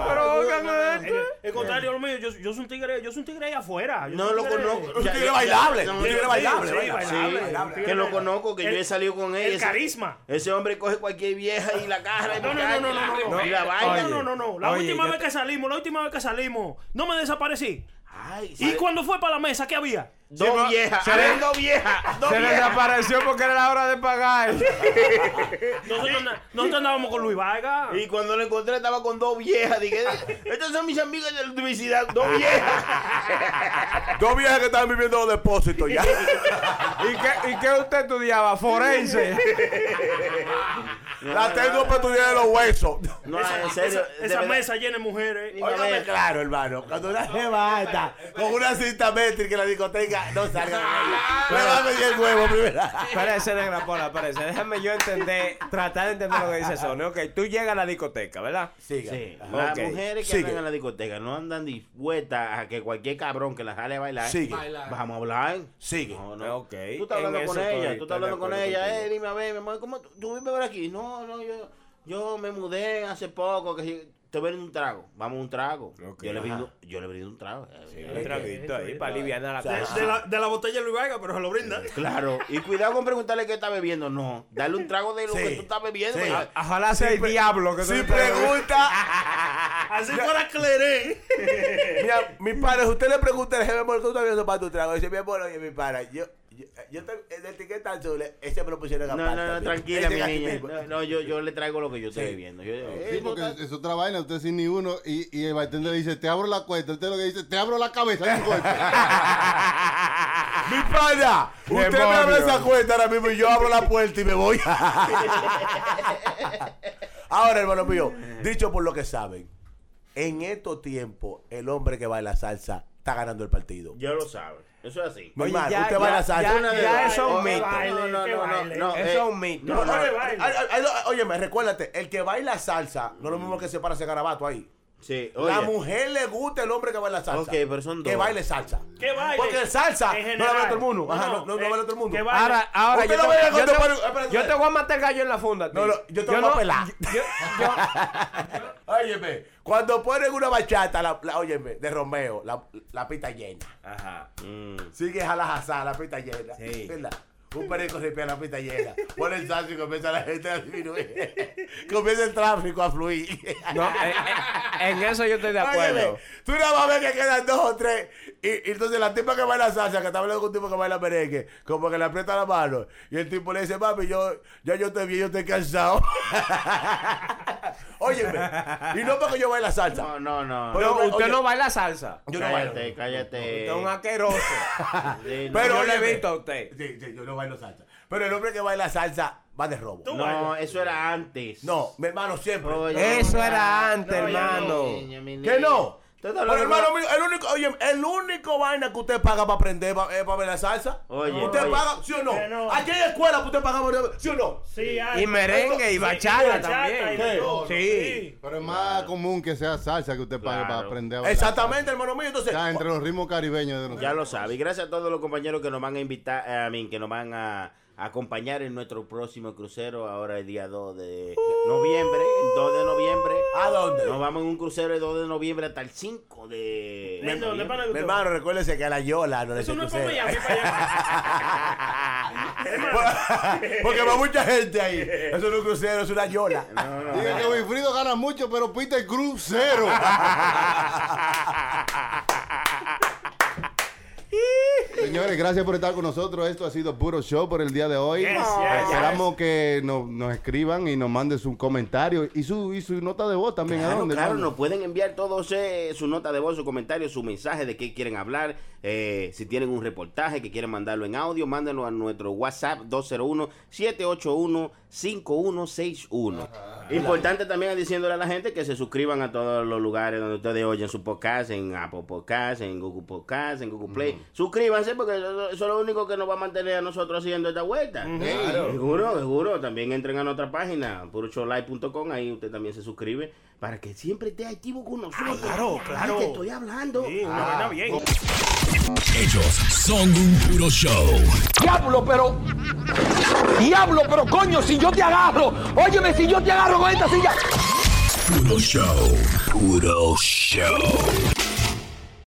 I: Pero oigan esto. El contrario, lo mío, yo, yo soy un tigre, yo soy un tigre ahí afuera. Yo
G: No
I: soy
G: lo conozco.
J: Un
G: Ya-
J: tigre
G: ya-
J: bailable,
G: no,
J: un tigre
G: sí,
J: bailable,
G: sí,
J: bailable,
G: sí,
J: bailable.
G: Que lo conozco, que yo
I: El-
G: he salido con él.
I: el
G: ese-
I: carisma.
G: Ese hombre coge cualquier vieja y la cara.
I: No, no, no, no, no, no, no.
G: Y la baila.
I: No, no, no, no. La
G: Oye,
I: última
G: yo
I: vez que salimos, la última vez que salimos, no me desaparecí.
G: Ay,
I: y cuando fue para la mesa, ¿qué había?
G: Dos
I: Sí, ma-
G: viejas.
I: se
G: A
I: le-
G: ver, dos viejas. Dos
I: se le
G: viejas.
I: desapareció
D: porque era la hora de pagar.
I: Nosotros, anda- nosotros andábamos con Luis Vargas.
G: Y cuando lo encontré estaba con dos viejas. Dije, estas son mis amigas de la universidad.
I: [LAUGHS]
G: Dos viejas.
J: Dos viejas que están viviendo los depósitos ya.
D: ¿Y qué, ¿Y qué usted estudiaba? Forense.
J: La tengo para estudiar en los huesos.
G: No,
I: Esa,
G: en serio.
I: esa-
G: de
I: esa
G: verdad.
I: mesa llena de mujeres.
J: Óigame claro, hermano. Cuando una jeva anda con una cinta métrica en la discoteca, no salga de ahí.
H: Ah.
J: Le va a medir el huevo primero.
H: Espérese, negra pola, espérese. Déjame yo entender, tratar de entender lo que dice Sony. Ok, tú llegas a la discoteca, ¿verdad?
G: Sí,
H: Ok.
G: las mujeres que andan en la discoteca no andan dispuestas a que cualquier cabrón que las jale a bailar.
H: Sigue.
G: Vamos a hablar.
J: Sigue.
G: No, no.
H: Ok.
G: Tú estás
H: En
G: hablando
H: eso
G: con
H: estoy-
G: ella, tú
H: estoy
G: estás hablando
H: de
G: con
H: acuerdo
G: ella.
H: contigo.
G: Eh, dime a ver, mi amor, ¿cómo tú, tú vives por aquí? No, no, yo, yo me mudé hace poco. Que si- te ven un trago. Vamos a un trago. Yo,
H: Ajá.
G: le brindo, yo le brindo un trago. Eh,
H: Un traguito ahí para aliviar la
G: De-
H: cosa.
G: de la-
I: botella de Luis Vargas, pero se lo brindan.
G: Claro, y cuidado con preguntarle qué está bebiendo, no. Dale un trago de lo que tú estás bebiendo.
D: Sí.
G: porque-
H: Ojalá sea el diablo que tú
J: Si
H: no te- [LAUGHS]
J: pregunta,
I: Así fuera Cleré.
J: mira, mi padre, usted le pregunta al jefe, amor, ¿tú estás viendo para tu trago? Dice, mi amor, oye, mi padre, yo, yo, yo tengo el de etiqueta azul, eh, ese me lo pusieron
G: No, no,
J: aparte.
G: no,
J: amigo.
G: tranquila,
J: Este
G: mi
J: es aquí
G: niña.
J: mismo.
G: No, no, yo, yo le traigo lo que yo estoy bebiendo. Yo-
E: Sí, porque es otra vaina, usted sin ni uno. Y, y el bartender le dice, te abro la cuenta. Usted lo que dice, te abro la cabeza. de
H: [LAUGHS]
E: un golpe".
J: Mi pana, usted me abre
E: Demonio.
J: esa cuenta ahora mismo y yo abro la puerta y me voy. ahora, hermano mío, dicho por lo que saben, en estos tiempos, el hombre que baila salsa está ganando el partido.
G: Ya lo saben. Eso es así.
J: Mi hermano, usted baila salsa. Una de
H: ya
J: baile.
H: eso es un
J: Oye,
H: mito.
J: baile,
H: No, no,
J: qué
H: no, no,
J: baile.
H: no,
J: Eso
H: eh,
J: es un mito.
H: no, no,
J: Ay,
H: no.
J: ay, ay, Óyeme, recuérdate, el que baila salsa no es lo mismo que se para ese garabato ahí.
G: Sí,
J: La
G: oye.
J: mujer le gusta el hombre que baila salsa.
G: Ok, pero son dos.
J: Que baile salsa.
I: Que baile.
J: Porque salsa
I: En
J: no
I: general.
J: la baila todo el mundo. Ajá,
I: No,
J: no, no, no
I: eh,
J: baila todo el mundo.
I: que baile.
H: Ahora, ahora
J: Usted
H: yo,
J: no
H: te,
J: baila
H: yo, te,
J: contemporáneo. Espérate,
H: yo te voy a matar el gallo en la funda. tío.
J: No, no, yo te voy a pelar. [LAUGHS] Óyeme, cuando ponen una bachata, la, la- óyeme, de Romeo, la, la pista llena.
H: Ajá.
J: Sigue a la jazá, la pista llena. ¿Verdad? Un perico ripea la pista llena. Pone el salsa y comienza la gente a disminuir. [LAUGHS] comienza el tráfico a fluir.
H: [LAUGHS]
J: [LAUGHS]
H: No, eh, eh, en eso yo estoy de acuerdo.
J: Óyeme, tú nada más ves que quedan dos o tres. Y, y entonces la tipa que baila salsa, que está hablando con un tipo que baila merengue, como que le aprieta la mano. Y el tipo le dice, papi, yo, ya yo te vi, yo estoy cansado. [LAUGHS] Óyeme, y no porque yo baila salsa.
G: No, no, no.
H: Pero
J: Oye,
H: usted
J: oye.
H: no baila salsa.
J: Yo no bailo.
G: cállate, cállate.
H: Usted es un asqueroso.
G: Sí, no.
J: Pero
H: Yo le
J: óyeme.
H: he visto a usted.
J: Sí, sí, yo no bailo salsa. Pero el hombre que baila salsa va de robo.
I: Tú
G: No,
I: bailas.
G: eso era antes.
J: No, mi hermano, siempre.
G: Oye,
H: Eso
G: no,
H: era
G: no,
I: Ah,
H: antes,
G: ya no,
H: hermano.
G: niña, mi
J: ¿Qué
G: niña.
J: no? Pero hermano mío, el único, oye, el único vaina que usted paga para aprender pa- es para ver la salsa.
G: Oye,
J: usted
G: oye.
J: paga, ¿sí o no? Aquí hay escuela que usted paga, para- ¿sí o no?
I: Sí,
H: hay. Y merengue, y bachata también.
J: Sí.
H: Sí.
E: Pero es más común que sea salsa que usted pague para aprender a bailar.
G: Exactamente,
J: hermano mío. Entonces,
E: Está entre los ritmos caribeños de nosotros.
G: Ya lo sabe. Y gracias a todos los compañeros que nos van a invitar, eh, a mí, que nos van a a acompañar en nuestro próximo crucero. Ahora el día 2 de noviembre. El 2 de noviembre.
J: ¿A dónde?
G: Nos vamos en un crucero el 2 de noviembre hasta el 5 de.
J: Mi,
G: noviembre.
J: mi hermano, recuérdese que a la Yola no le se crucera. [LAUGHS] [LAUGHS] Porque va mucha gente ahí. Eso no es un crucero, es una Yola.
E: Dije que Wilfrido gana mucho, pero Peter Cruz cero. Señores, gracias por estar con nosotros. Esto ha sido puro show por el día de hoy.
J: Yes, yes,
E: Esperamos que nos, nos escriban y nos manden su comentario y su, y su nota de voz también. ¿A
G: Claro,
E: dónde,
G: claro,
E: hermano?
G: nos pueden enviar todos eh, su nota de voz, su comentario, su mensaje de qué quieren hablar. eh, si tienen un reportaje que quieren mandarlo en audio, mándenlo a nuestro WhatsApp 201-781-5161. Importante también es diciéndole a la gente que se suscriban a todos los lugares donde ustedes oyen su podcast, en Apple Podcast, en Google Podcast, en Google Play. Suscríbanse porque eso, eso es lo único que nos va a mantener a nosotros haciendo esta vuelta.
E: Claro.
G: Seguro, seguro. También entren a nuestra página, purocholive.com. Ahí usted también se suscribe para que siempre esté activo con nosotros. claro,
I: claro.
G: Te estoy hablando.
I: una
H: Ah.
I: vaina bien.
A: Ellos son un puro show.
Q: Diablo, pero. Diablo, pero coño, si yo te agarro. Óyeme, si yo te agarro con esta silla.
A: Puro show. Puro show.